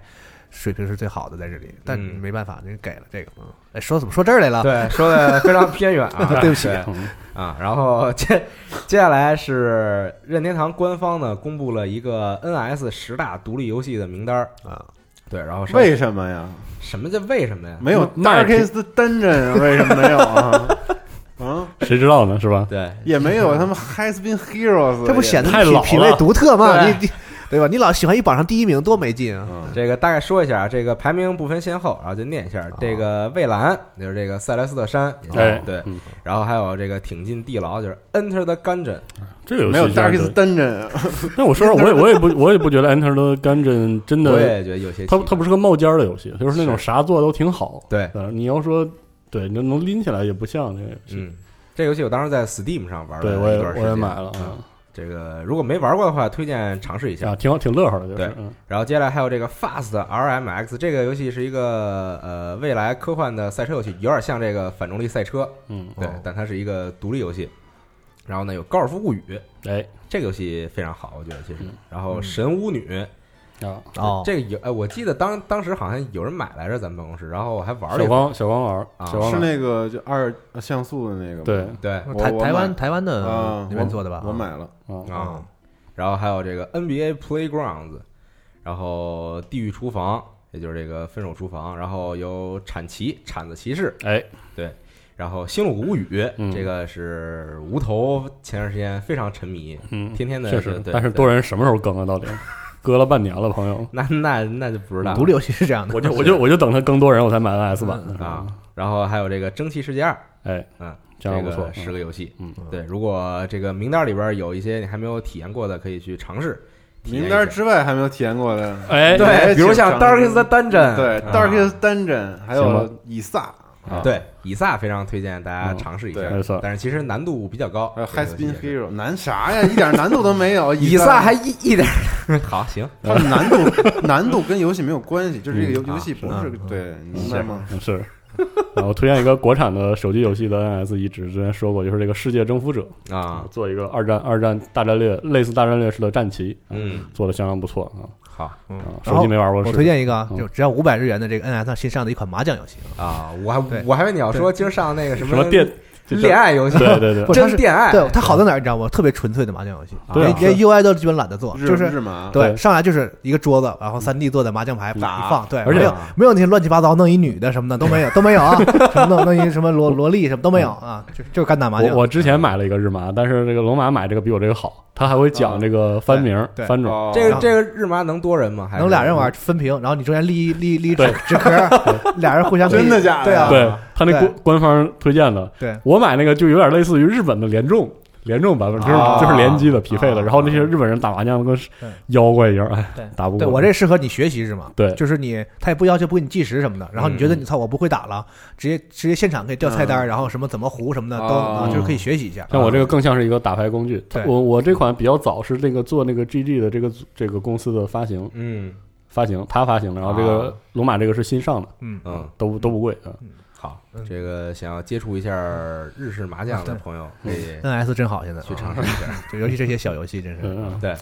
[SPEAKER 4] 水平是最好的在这里，但
[SPEAKER 2] 嗯
[SPEAKER 4] 没办法，人给了这个，嗯，哎，说怎么说这儿来了？
[SPEAKER 2] 对，说的非常偏远啊，对不起
[SPEAKER 5] 嗯
[SPEAKER 2] 啊。然后接接下来是任天堂官方呢公布了一个 NS 十大独立游戏的名单儿
[SPEAKER 4] 啊，
[SPEAKER 2] 对，然后稍微
[SPEAKER 3] 为嗯什么呀？
[SPEAKER 2] 什么叫为什么呀？
[SPEAKER 3] 没有
[SPEAKER 5] 卖
[SPEAKER 3] Darkest Dungeon 为什么没有啊？啊，
[SPEAKER 5] 谁知道呢？是吧？
[SPEAKER 2] 对，
[SPEAKER 3] 也没 有他们 Has Been Heroes，
[SPEAKER 4] 这不
[SPEAKER 3] 也
[SPEAKER 4] 显得
[SPEAKER 5] 太
[SPEAKER 4] 品
[SPEAKER 5] 老
[SPEAKER 4] 品味
[SPEAKER 5] 了
[SPEAKER 4] 独特吗？
[SPEAKER 2] 对
[SPEAKER 4] 你你对吧？你老喜欢一榜上第一名，多没劲啊！
[SPEAKER 3] 嗯
[SPEAKER 2] 这个大概说一下，啊这个排名不分先后，然后就念一下。这个蔚蓝就是这个塞莱斯特山，啊
[SPEAKER 5] 哎，
[SPEAKER 2] 哦对，
[SPEAKER 5] 嗯
[SPEAKER 2] 然后还有这个挺进地牢就是 Enter the Gungeon，
[SPEAKER 5] 这个游戏
[SPEAKER 3] 没有
[SPEAKER 5] 居然是
[SPEAKER 3] Darkest Dungeon，啊
[SPEAKER 5] 但我说实话，我也我也不我也不觉得 Enter the Gungeon 真
[SPEAKER 2] 我
[SPEAKER 5] 的，
[SPEAKER 2] 也觉得有些奇
[SPEAKER 5] 它
[SPEAKER 2] 怪
[SPEAKER 5] 它不是个冒尖儿的游戏，就是那种
[SPEAKER 2] 是
[SPEAKER 5] 啥做都挺好。
[SPEAKER 2] 对，
[SPEAKER 5] 呃，你要说对，你能拎起来也不像这个游戏。
[SPEAKER 2] 嗯，这游戏我当时在 Steam 上嗯玩
[SPEAKER 5] 对，
[SPEAKER 2] 了
[SPEAKER 5] 我
[SPEAKER 2] 一
[SPEAKER 5] 也
[SPEAKER 2] 段时
[SPEAKER 5] 我
[SPEAKER 2] 间，
[SPEAKER 5] 也买了
[SPEAKER 2] 嗯
[SPEAKER 5] 啊，
[SPEAKER 2] 这个如果没玩过的话，推荐尝试一下。
[SPEAKER 5] 啊，挺好，挺乐呵的，就是
[SPEAKER 2] 对
[SPEAKER 5] 嗯
[SPEAKER 2] 然后接下来还有这个 Fast RMX 这个游戏是一个呃未来科幻的赛车游戏，有点像这个反重力赛车，
[SPEAKER 5] 嗯，
[SPEAKER 2] 对
[SPEAKER 4] 哦，
[SPEAKER 2] 但它是一个独立游戏。然后呢，有高尔夫物语
[SPEAKER 5] 哎
[SPEAKER 2] 这个游戏非常好，我觉得其实
[SPEAKER 5] 嗯。
[SPEAKER 2] 然后
[SPEAKER 4] 嗯
[SPEAKER 2] 神巫女
[SPEAKER 5] 啊，
[SPEAKER 4] 哦，
[SPEAKER 2] 这个有，哎，我记得当当时好像有人买来着，咱们办公室，然后我还玩了
[SPEAKER 5] 小
[SPEAKER 2] 一会儿。
[SPEAKER 5] 光小光玩儿，
[SPEAKER 2] 啊
[SPEAKER 5] 小光
[SPEAKER 3] 是
[SPEAKER 5] 玩儿
[SPEAKER 3] 那个就二呃像素的那个吗
[SPEAKER 5] 对
[SPEAKER 2] 对
[SPEAKER 3] 我
[SPEAKER 4] 台
[SPEAKER 3] 我
[SPEAKER 4] 台湾
[SPEAKER 3] 买
[SPEAKER 4] 台湾的
[SPEAKER 3] 啊，
[SPEAKER 4] 那边做的吧？
[SPEAKER 3] 我我买了，
[SPEAKER 5] 啊，
[SPEAKER 2] 啊，然后还有这个 NBA Playgrounds，然后地狱厨房，也就是这个分手厨房，然后有铲骑铲子骑士，
[SPEAKER 5] 哎，
[SPEAKER 2] 然后星露谷物语，
[SPEAKER 5] 嗯
[SPEAKER 2] 这个是无头前段时间非常沉迷，
[SPEAKER 5] 嗯，
[SPEAKER 2] 天天的
[SPEAKER 5] 确实，
[SPEAKER 2] 对，
[SPEAKER 5] 但是
[SPEAKER 2] 对
[SPEAKER 5] 多人什么时候更啊？到底 搁了半年了，朋友，
[SPEAKER 2] 那那那就不知道
[SPEAKER 4] 独立游戏是这样的，
[SPEAKER 5] 我就我就我就等他更多人，我才买了 S 版呢
[SPEAKER 2] 啊，。然后还有这个蒸汽世界二，
[SPEAKER 5] 哎，
[SPEAKER 2] 嗯，
[SPEAKER 5] 这样不错
[SPEAKER 2] 个，
[SPEAKER 5] 嗯
[SPEAKER 2] 十个游戏，
[SPEAKER 5] 嗯，
[SPEAKER 2] 对，如果这个名单里边有一些你还没有体验过的，可以去尝试。体验一
[SPEAKER 3] 名
[SPEAKER 2] 下
[SPEAKER 3] 单之外还没有体验过的，
[SPEAKER 5] 哎，
[SPEAKER 3] 哎
[SPEAKER 2] 对，比如
[SPEAKER 3] 请
[SPEAKER 2] 像
[SPEAKER 3] 尝试
[SPEAKER 2] Darkest Dungeon，
[SPEAKER 3] 对
[SPEAKER 2] 啊
[SPEAKER 3] Darkest Dungeon，还
[SPEAKER 5] 行吧
[SPEAKER 3] 有以撒，啊，，
[SPEAKER 2] 对，以萨非常推荐大家尝试一下
[SPEAKER 3] 嗯，
[SPEAKER 5] 对没错
[SPEAKER 2] 但是其实难度比较高。
[SPEAKER 3] 还
[SPEAKER 2] 这
[SPEAKER 3] 有
[SPEAKER 2] 个
[SPEAKER 3] High
[SPEAKER 2] 游戏
[SPEAKER 3] Spin
[SPEAKER 2] 也是
[SPEAKER 3] Hero 难啥呀？一点难度都没 有。
[SPEAKER 2] 以萨还一一点儿 好行，
[SPEAKER 3] 它的难度难度跟游戏没有关系，就是这个游
[SPEAKER 2] 嗯
[SPEAKER 3] 游戏不
[SPEAKER 2] 啊
[SPEAKER 3] 是
[SPEAKER 2] 是
[SPEAKER 3] 对，你明白吗？
[SPEAKER 5] 嗯 是。然后推荐一个国产的手机游戏的 NS 移植，之前说过，就是这个《世界征服者》
[SPEAKER 2] 啊，
[SPEAKER 5] 做一个二战二战大战略类似大战略式的战旗，
[SPEAKER 2] 嗯，
[SPEAKER 5] 做的相当不错啊。
[SPEAKER 2] 好
[SPEAKER 5] 啊
[SPEAKER 4] 嗯，然
[SPEAKER 5] 手
[SPEAKER 4] 后
[SPEAKER 5] 机没玩过，
[SPEAKER 4] 我
[SPEAKER 5] 试试
[SPEAKER 4] 推荐一个啊，
[SPEAKER 5] 嗯
[SPEAKER 4] 就只要五百日元的这个 NS 上新上的一款麻将游戏，
[SPEAKER 2] 啊，我还
[SPEAKER 4] 对
[SPEAKER 2] 我还以为你要说今儿上那个什
[SPEAKER 5] 什么 电这
[SPEAKER 2] 恋爱游戏，
[SPEAKER 5] 对对对
[SPEAKER 4] 不，它
[SPEAKER 2] 真
[SPEAKER 4] 是
[SPEAKER 2] 恋爱，
[SPEAKER 4] 对它好在哪儿，你知道吗？特别纯粹的麻将游戏，
[SPEAKER 5] 对
[SPEAKER 4] 连
[SPEAKER 5] 啊
[SPEAKER 4] 连 UI 都基本懒得做，
[SPEAKER 3] 日
[SPEAKER 4] 就是
[SPEAKER 3] 日麻，
[SPEAKER 4] 对，
[SPEAKER 5] 对
[SPEAKER 4] 上来就是一个桌子，然后三 D 坐在麻将牌一
[SPEAKER 2] 打
[SPEAKER 4] 放，对，
[SPEAKER 5] 而且
[SPEAKER 4] 没有
[SPEAKER 2] 啊
[SPEAKER 4] 没有那些乱七八糟弄一女的什么的都没有都没有啊，什么弄弄一什么萝萝莉什么都没有啊，就就是干打麻将
[SPEAKER 5] 我。我之前买了一个日麻，但是这个龙马买这个比我这个好，他还会讲这个翻名儿
[SPEAKER 4] 啊对对
[SPEAKER 5] 翻种。
[SPEAKER 3] 哦
[SPEAKER 2] 这
[SPEAKER 4] 然
[SPEAKER 2] 个
[SPEAKER 4] 后
[SPEAKER 2] 这个日麻能多人吗？还是
[SPEAKER 4] 能俩人玩？分屏，然后你中间立一立立一纸纸壳，俩人互相可以
[SPEAKER 3] 真的假的
[SPEAKER 4] 对啊，
[SPEAKER 5] 对他那
[SPEAKER 4] 对
[SPEAKER 5] 官官方推荐的，
[SPEAKER 4] 对
[SPEAKER 5] 我买那个就有点类似于日本的联众。联众版本就是
[SPEAKER 3] 啊
[SPEAKER 5] 就是联机的匹配的，
[SPEAKER 2] 啊
[SPEAKER 5] 然后那些日本人打麻将跟
[SPEAKER 4] 对
[SPEAKER 5] 妖怪一样，哎
[SPEAKER 4] 对，
[SPEAKER 5] 打不过。
[SPEAKER 4] 对我这适合你学习是吗？
[SPEAKER 5] 对
[SPEAKER 4] 就是你他也不要求不给你计时什么的，然后你觉得你操我不会打了，直接直接现场可以调菜单，然后什么怎么胡什么的都
[SPEAKER 3] 哦
[SPEAKER 4] 啊，就是可以学习一下。
[SPEAKER 5] 像我
[SPEAKER 2] 啊
[SPEAKER 5] 这个更像是一个打牌工具。
[SPEAKER 4] 对
[SPEAKER 5] 我我这款比较早是那个做那个 GG 的这个这个公司的发行
[SPEAKER 2] 嗯
[SPEAKER 5] 发行，他发行，然后这
[SPEAKER 2] 啊
[SPEAKER 5] 个龙马这个是新上的，
[SPEAKER 4] 嗯，
[SPEAKER 2] 嗯，
[SPEAKER 5] 都不都不贵啊。
[SPEAKER 2] 好
[SPEAKER 4] 嗯，
[SPEAKER 2] 这个想要接触一下日式麻将的
[SPEAKER 4] 对
[SPEAKER 2] 朋友可以
[SPEAKER 4] NS 真好，现在
[SPEAKER 2] 去尝
[SPEAKER 4] 啊
[SPEAKER 2] 试一下。
[SPEAKER 4] 就尤其这些小游戏，真是
[SPEAKER 5] 嗯，
[SPEAKER 2] 对，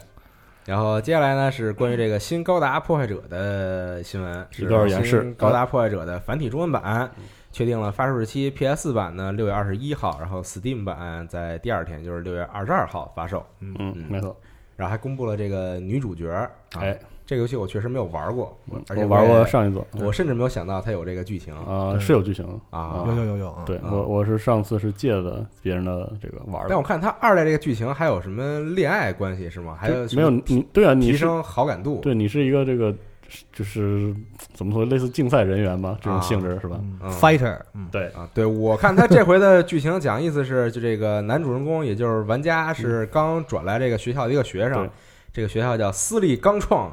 [SPEAKER 2] 然后接下来呢是关于这个新高达破坏者的新闻，是
[SPEAKER 5] 嗯一段演示
[SPEAKER 2] 新高达破坏者的繁体中文版确定了发售日期，PS 版呢六月二十一号，然后 Steam 版在第二天，也就是六月二十二号发售。
[SPEAKER 5] 嗯，没错。
[SPEAKER 2] 然后还公布了这个女主角，啊
[SPEAKER 5] 哎，
[SPEAKER 2] 这个游戏我确实没有玩过，而且
[SPEAKER 5] 我玩
[SPEAKER 2] 我
[SPEAKER 5] 过
[SPEAKER 2] 也
[SPEAKER 5] 上一座，
[SPEAKER 2] 我嗯甚至没有想到它有这个剧情
[SPEAKER 5] 啊
[SPEAKER 4] 对
[SPEAKER 5] 是有剧情的。
[SPEAKER 2] 啊
[SPEAKER 5] 嗯
[SPEAKER 4] 有。有有有啊，
[SPEAKER 5] 对
[SPEAKER 2] 啊
[SPEAKER 5] 我我是上次是借的别人的这个玩
[SPEAKER 2] 但
[SPEAKER 5] 的
[SPEAKER 2] 我，看它二代这个剧情还有什么恋爱关系是吗？还有
[SPEAKER 5] 就
[SPEAKER 2] 什
[SPEAKER 5] 没
[SPEAKER 2] 么
[SPEAKER 5] 有你对啊，你
[SPEAKER 2] 提
[SPEAKER 5] 是
[SPEAKER 2] 升好感度？
[SPEAKER 5] 对你是一个这个就是怎么说类似竞赛人员吧，这
[SPEAKER 2] 啊
[SPEAKER 5] 种性质是吧？
[SPEAKER 4] 嗯
[SPEAKER 2] 嗯
[SPEAKER 4] Fighter，嗯，
[SPEAKER 5] 对
[SPEAKER 2] 啊，对我看他这回的剧情讲意思是，就这个男主人公，也就是玩
[SPEAKER 3] 嗯
[SPEAKER 2] 家，是刚转来这个学校的一个学生
[SPEAKER 5] 对，
[SPEAKER 2] 这个学校叫私立钢创。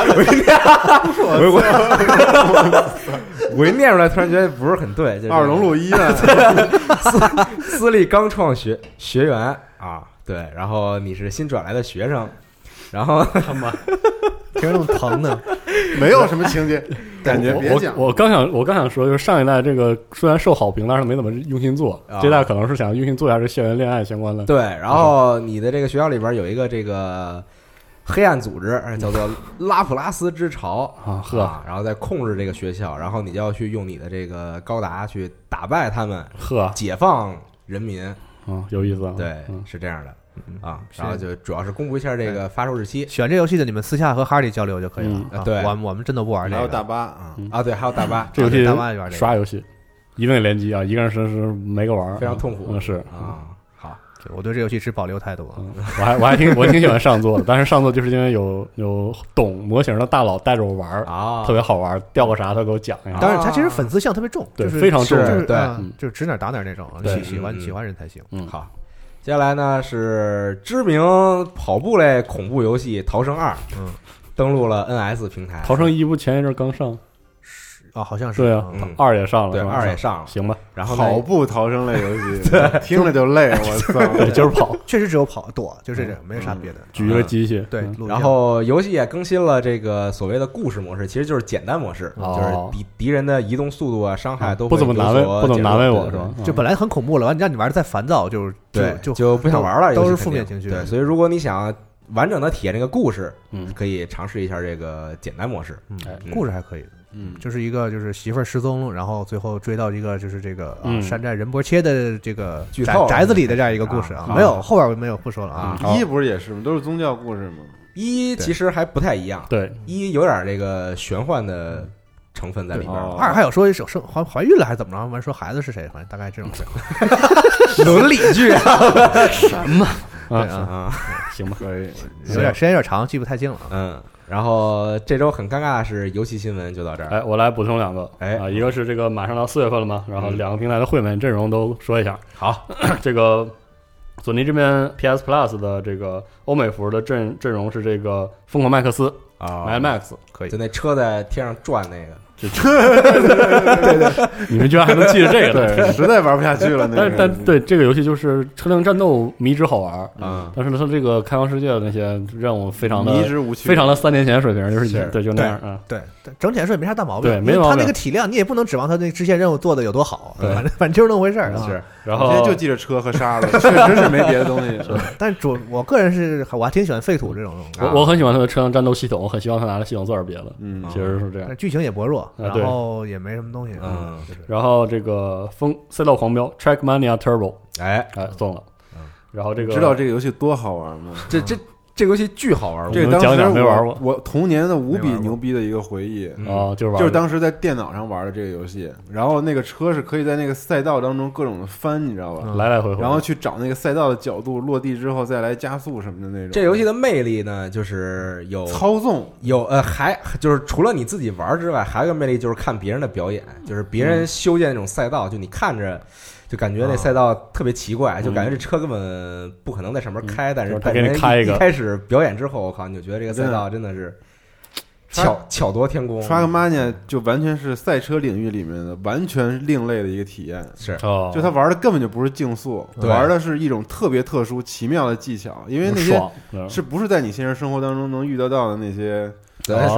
[SPEAKER 2] 我我我我一念出来，突然觉得不是很对，就是
[SPEAKER 3] 二龙路 一啊，
[SPEAKER 2] 私立钢创学学员啊，对，然后你是新转来的学生，然后
[SPEAKER 5] 他妈，
[SPEAKER 4] 听着那么疼呢，
[SPEAKER 3] 没有什么情节，感觉别讲
[SPEAKER 5] 我。我我刚想我刚想说，就是上一代这个虽然受好评，但是没怎么用心做
[SPEAKER 2] 啊，
[SPEAKER 5] 这代可能是想用心做一下这校园恋爱相关的。
[SPEAKER 2] 对，然后你的这个学校里边有一个这个黑暗组织，哎叫 做拉普拉斯之潮
[SPEAKER 5] 啊呵
[SPEAKER 2] 啊，然后再控制这个学校，然后你就要去用你的这个高达去打败他们，
[SPEAKER 5] 呵，
[SPEAKER 2] 解放人民，
[SPEAKER 5] 啊嗯，有意思啊。
[SPEAKER 2] 对，
[SPEAKER 5] 嗯
[SPEAKER 2] 是这样的啊，然后就主要是公布一下这个发售日期
[SPEAKER 4] 喜欢这游戏的你们私下和哈利交流就可以了
[SPEAKER 2] 嗯
[SPEAKER 4] 啊。
[SPEAKER 2] 对
[SPEAKER 4] 我们我们真的不玩这
[SPEAKER 3] 还有大
[SPEAKER 4] 个，
[SPEAKER 3] 巴啊，
[SPEAKER 5] 嗯
[SPEAKER 2] 啊，对，还有大巴
[SPEAKER 5] 这游
[SPEAKER 4] 啊对大妈也
[SPEAKER 5] 戏
[SPEAKER 4] 玩这个
[SPEAKER 5] 刷游戏，一定联机啊，一个人是是没个玩儿，
[SPEAKER 2] 非常痛苦
[SPEAKER 5] 嗯，是，
[SPEAKER 2] 啊，好，
[SPEAKER 4] 对我对这游戏持保留态度啊。
[SPEAKER 5] 嗯我还我还挺我挺喜欢上座的，但是上座就是因为有有懂模型的大佬带着我玩儿，
[SPEAKER 2] 啊，
[SPEAKER 5] 特别好玩儿，掉个啥他给我讲一下。
[SPEAKER 4] 当然，他其实粉丝相特别重，
[SPEAKER 5] 对
[SPEAKER 4] 就是
[SPEAKER 5] 非常重
[SPEAKER 4] 就是
[SPEAKER 2] 对
[SPEAKER 4] 啊
[SPEAKER 5] 嗯
[SPEAKER 4] 就是指哪儿打哪儿那种，
[SPEAKER 5] 对
[SPEAKER 4] 喜喜欢
[SPEAKER 2] 嗯嗯
[SPEAKER 4] 喜欢人才行。
[SPEAKER 5] 嗯
[SPEAKER 2] 好。接下来呢是知名跑步类恐怖游戏《逃生二》，
[SPEAKER 4] 嗯，
[SPEAKER 2] 登陆了 NS 平台，
[SPEAKER 5] 逃生一不前一阵刚上，
[SPEAKER 4] 啊，好像是
[SPEAKER 5] 对啊
[SPEAKER 4] 嗯，
[SPEAKER 5] 二也上了，
[SPEAKER 2] 对
[SPEAKER 5] 是吧
[SPEAKER 2] 二也上了，
[SPEAKER 5] 行吧，
[SPEAKER 2] 然后呢
[SPEAKER 3] 跑步逃生类游 戏，对，听着就累，我
[SPEAKER 5] 对，
[SPEAKER 3] 操！
[SPEAKER 5] 就是跑，
[SPEAKER 4] 确实只有跑躲，就是这，没啥别的。
[SPEAKER 5] 举一个机器，
[SPEAKER 4] 对
[SPEAKER 5] 嗯，
[SPEAKER 4] 录
[SPEAKER 2] 然
[SPEAKER 4] 像
[SPEAKER 2] 后游戏也更新了这个所谓的故事模式，其实就是简单模式，
[SPEAKER 5] 哦
[SPEAKER 2] 就是敌敌人的移动速度啊、伤害都
[SPEAKER 5] 不怎么难为，不怎么难为我
[SPEAKER 2] 是
[SPEAKER 5] 是吧？？
[SPEAKER 4] 这本来很恐怖了，完让你玩的再烦躁，就是
[SPEAKER 2] 对，
[SPEAKER 4] 就
[SPEAKER 2] 就不想玩了，
[SPEAKER 4] 都
[SPEAKER 2] 游
[SPEAKER 4] 是
[SPEAKER 2] 戏
[SPEAKER 4] 负
[SPEAKER 2] 肯定
[SPEAKER 4] 面情绪。
[SPEAKER 2] 对，所以如果你想完整的体验这个故事，
[SPEAKER 5] 嗯
[SPEAKER 2] 可以尝试一下这个简单模式。
[SPEAKER 4] 嗯
[SPEAKER 5] 哎
[SPEAKER 4] 故事还可以，
[SPEAKER 3] 嗯，
[SPEAKER 4] 就是一个就是媳妇儿失踪，然后最后追到一个就是这个啊
[SPEAKER 5] 嗯
[SPEAKER 4] 山寨仁波切的这个
[SPEAKER 2] 剧
[SPEAKER 4] 宅
[SPEAKER 2] 透
[SPEAKER 4] 宅子里的这样一个故事
[SPEAKER 2] 啊
[SPEAKER 4] 啊，
[SPEAKER 2] 好
[SPEAKER 4] 没有后边我没有不说了
[SPEAKER 2] 啊
[SPEAKER 5] 嗯
[SPEAKER 4] 啊。
[SPEAKER 3] 一不是也是吗？都是宗教故事吗？
[SPEAKER 2] 一
[SPEAKER 4] 对
[SPEAKER 2] 其实还不太一样，
[SPEAKER 5] 对，
[SPEAKER 2] 一有点这个玄幻的成分在里边儿，
[SPEAKER 3] 哦
[SPEAKER 4] 二还有说手生怀怀孕了还是怎么着，完说孩子是谁，反正大概这种事。伦理剧啊，对
[SPEAKER 5] 啊，
[SPEAKER 4] 啊，
[SPEAKER 2] 啊，
[SPEAKER 5] 行吧，
[SPEAKER 3] 可以，
[SPEAKER 4] 有点时间有点长，记不太清了啊。
[SPEAKER 2] 嗯。然后这周很尴尬的是，游戏新闻就到这儿。
[SPEAKER 5] 哎，我来补充两个，
[SPEAKER 2] 哎
[SPEAKER 5] 啊，一个是这个马上到四月份了嘛，然后
[SPEAKER 2] 嗯
[SPEAKER 5] 两个平台的会员阵容都说一下。
[SPEAKER 2] 好，
[SPEAKER 5] 这个索尼这边 PS Plus 的这个欧美服的阵阵容是这个疯狂麦克斯
[SPEAKER 2] 啊
[SPEAKER 5] Mad Max，
[SPEAKER 4] 可以
[SPEAKER 2] 就那车在天上转那个，
[SPEAKER 5] 就你们居然还能记得这个 呢？
[SPEAKER 3] 对，实在玩不下去了。那
[SPEAKER 5] 但
[SPEAKER 3] 个
[SPEAKER 5] 是但对这个游戏就是车辆战斗迷之好玩，
[SPEAKER 3] 啊，
[SPEAKER 5] 但是呢，它这个开放世界的那些任务非常
[SPEAKER 3] 迷
[SPEAKER 5] 的
[SPEAKER 3] 之无趣，
[SPEAKER 5] 非常的三年前水平，就是
[SPEAKER 3] 是
[SPEAKER 5] 对就那样啊。嗯
[SPEAKER 4] 对，但整体来说也没啥大毛病。
[SPEAKER 5] 对
[SPEAKER 4] 因
[SPEAKER 5] 没
[SPEAKER 4] 为
[SPEAKER 5] 毛
[SPEAKER 4] 他那
[SPEAKER 5] 病
[SPEAKER 4] 个体量，你也不能指望他那支线任务做的有多好，
[SPEAKER 5] 对
[SPEAKER 4] 反正反正就是那么回事儿啊。
[SPEAKER 3] 是。
[SPEAKER 5] 然
[SPEAKER 3] 我现
[SPEAKER 5] 后
[SPEAKER 3] 在就记着车和沙子，确实是没别的东西。
[SPEAKER 4] 但主我个人是我还挺喜欢废土这种东西，
[SPEAKER 5] 我我很喜欢它的车辆战斗系统，我很希望它拿着系统做点别的，
[SPEAKER 3] 嗯，
[SPEAKER 5] 其实是这样
[SPEAKER 4] 但。剧情也薄弱，然
[SPEAKER 5] 啊对
[SPEAKER 4] 后也没什么东西。
[SPEAKER 2] 嗯
[SPEAKER 4] 就是
[SPEAKER 5] 然后这个风赛道狂飙 Trackmania Turbo，
[SPEAKER 2] 哎，
[SPEAKER 5] 哎，送了。然后这个
[SPEAKER 3] 嗯知道这个游戏多好玩吗？
[SPEAKER 2] 这这这个游戏巨好玩，
[SPEAKER 3] 这
[SPEAKER 5] 能
[SPEAKER 3] 当
[SPEAKER 5] 讲
[SPEAKER 3] 时
[SPEAKER 5] 讲没玩
[SPEAKER 3] 我
[SPEAKER 5] 过
[SPEAKER 3] 我童年的无比
[SPEAKER 2] 没玩过
[SPEAKER 3] 牛逼的一个回忆，
[SPEAKER 5] 啊，就是玩
[SPEAKER 3] 嗯就是当时在电脑上玩的这个游戏，然后那个车是可以在那个赛道当中各种的翻，你知道吧？
[SPEAKER 5] 来来回回，
[SPEAKER 3] 嗯然后去找那个赛道的角度，落地之后再来加速什么的那种。
[SPEAKER 2] 这游戏的魅力呢，就是有
[SPEAKER 3] 操纵，
[SPEAKER 2] 有呃，还就是除了你自己玩儿之外，还有一个魅力就是看别人的表演，就是别人修建那种赛道，就你看着就感觉那赛道特别奇怪，就感觉这车根本不可能在上面开，但
[SPEAKER 5] 就是是他
[SPEAKER 2] 但
[SPEAKER 5] 给你
[SPEAKER 2] 人
[SPEAKER 5] 开一个
[SPEAKER 2] 开始表演之后，我靠，你就觉得这个赛道真的是
[SPEAKER 3] 真
[SPEAKER 2] 巧巧夺天
[SPEAKER 5] 哦
[SPEAKER 2] 工，
[SPEAKER 3] t r a c k m a n i a 就完全是赛车领域里面的完全另类的一个体验。
[SPEAKER 2] 是
[SPEAKER 5] 哦，
[SPEAKER 3] 就他玩的根本就不是竞速，
[SPEAKER 2] 对
[SPEAKER 3] 玩的是一种特别特殊、奇妙的技巧，因为那些
[SPEAKER 5] 爽，嗯
[SPEAKER 3] 是不是在你现实生活当中能遇得到的那些，
[SPEAKER 2] 对
[SPEAKER 5] 哦
[SPEAKER 2] 对，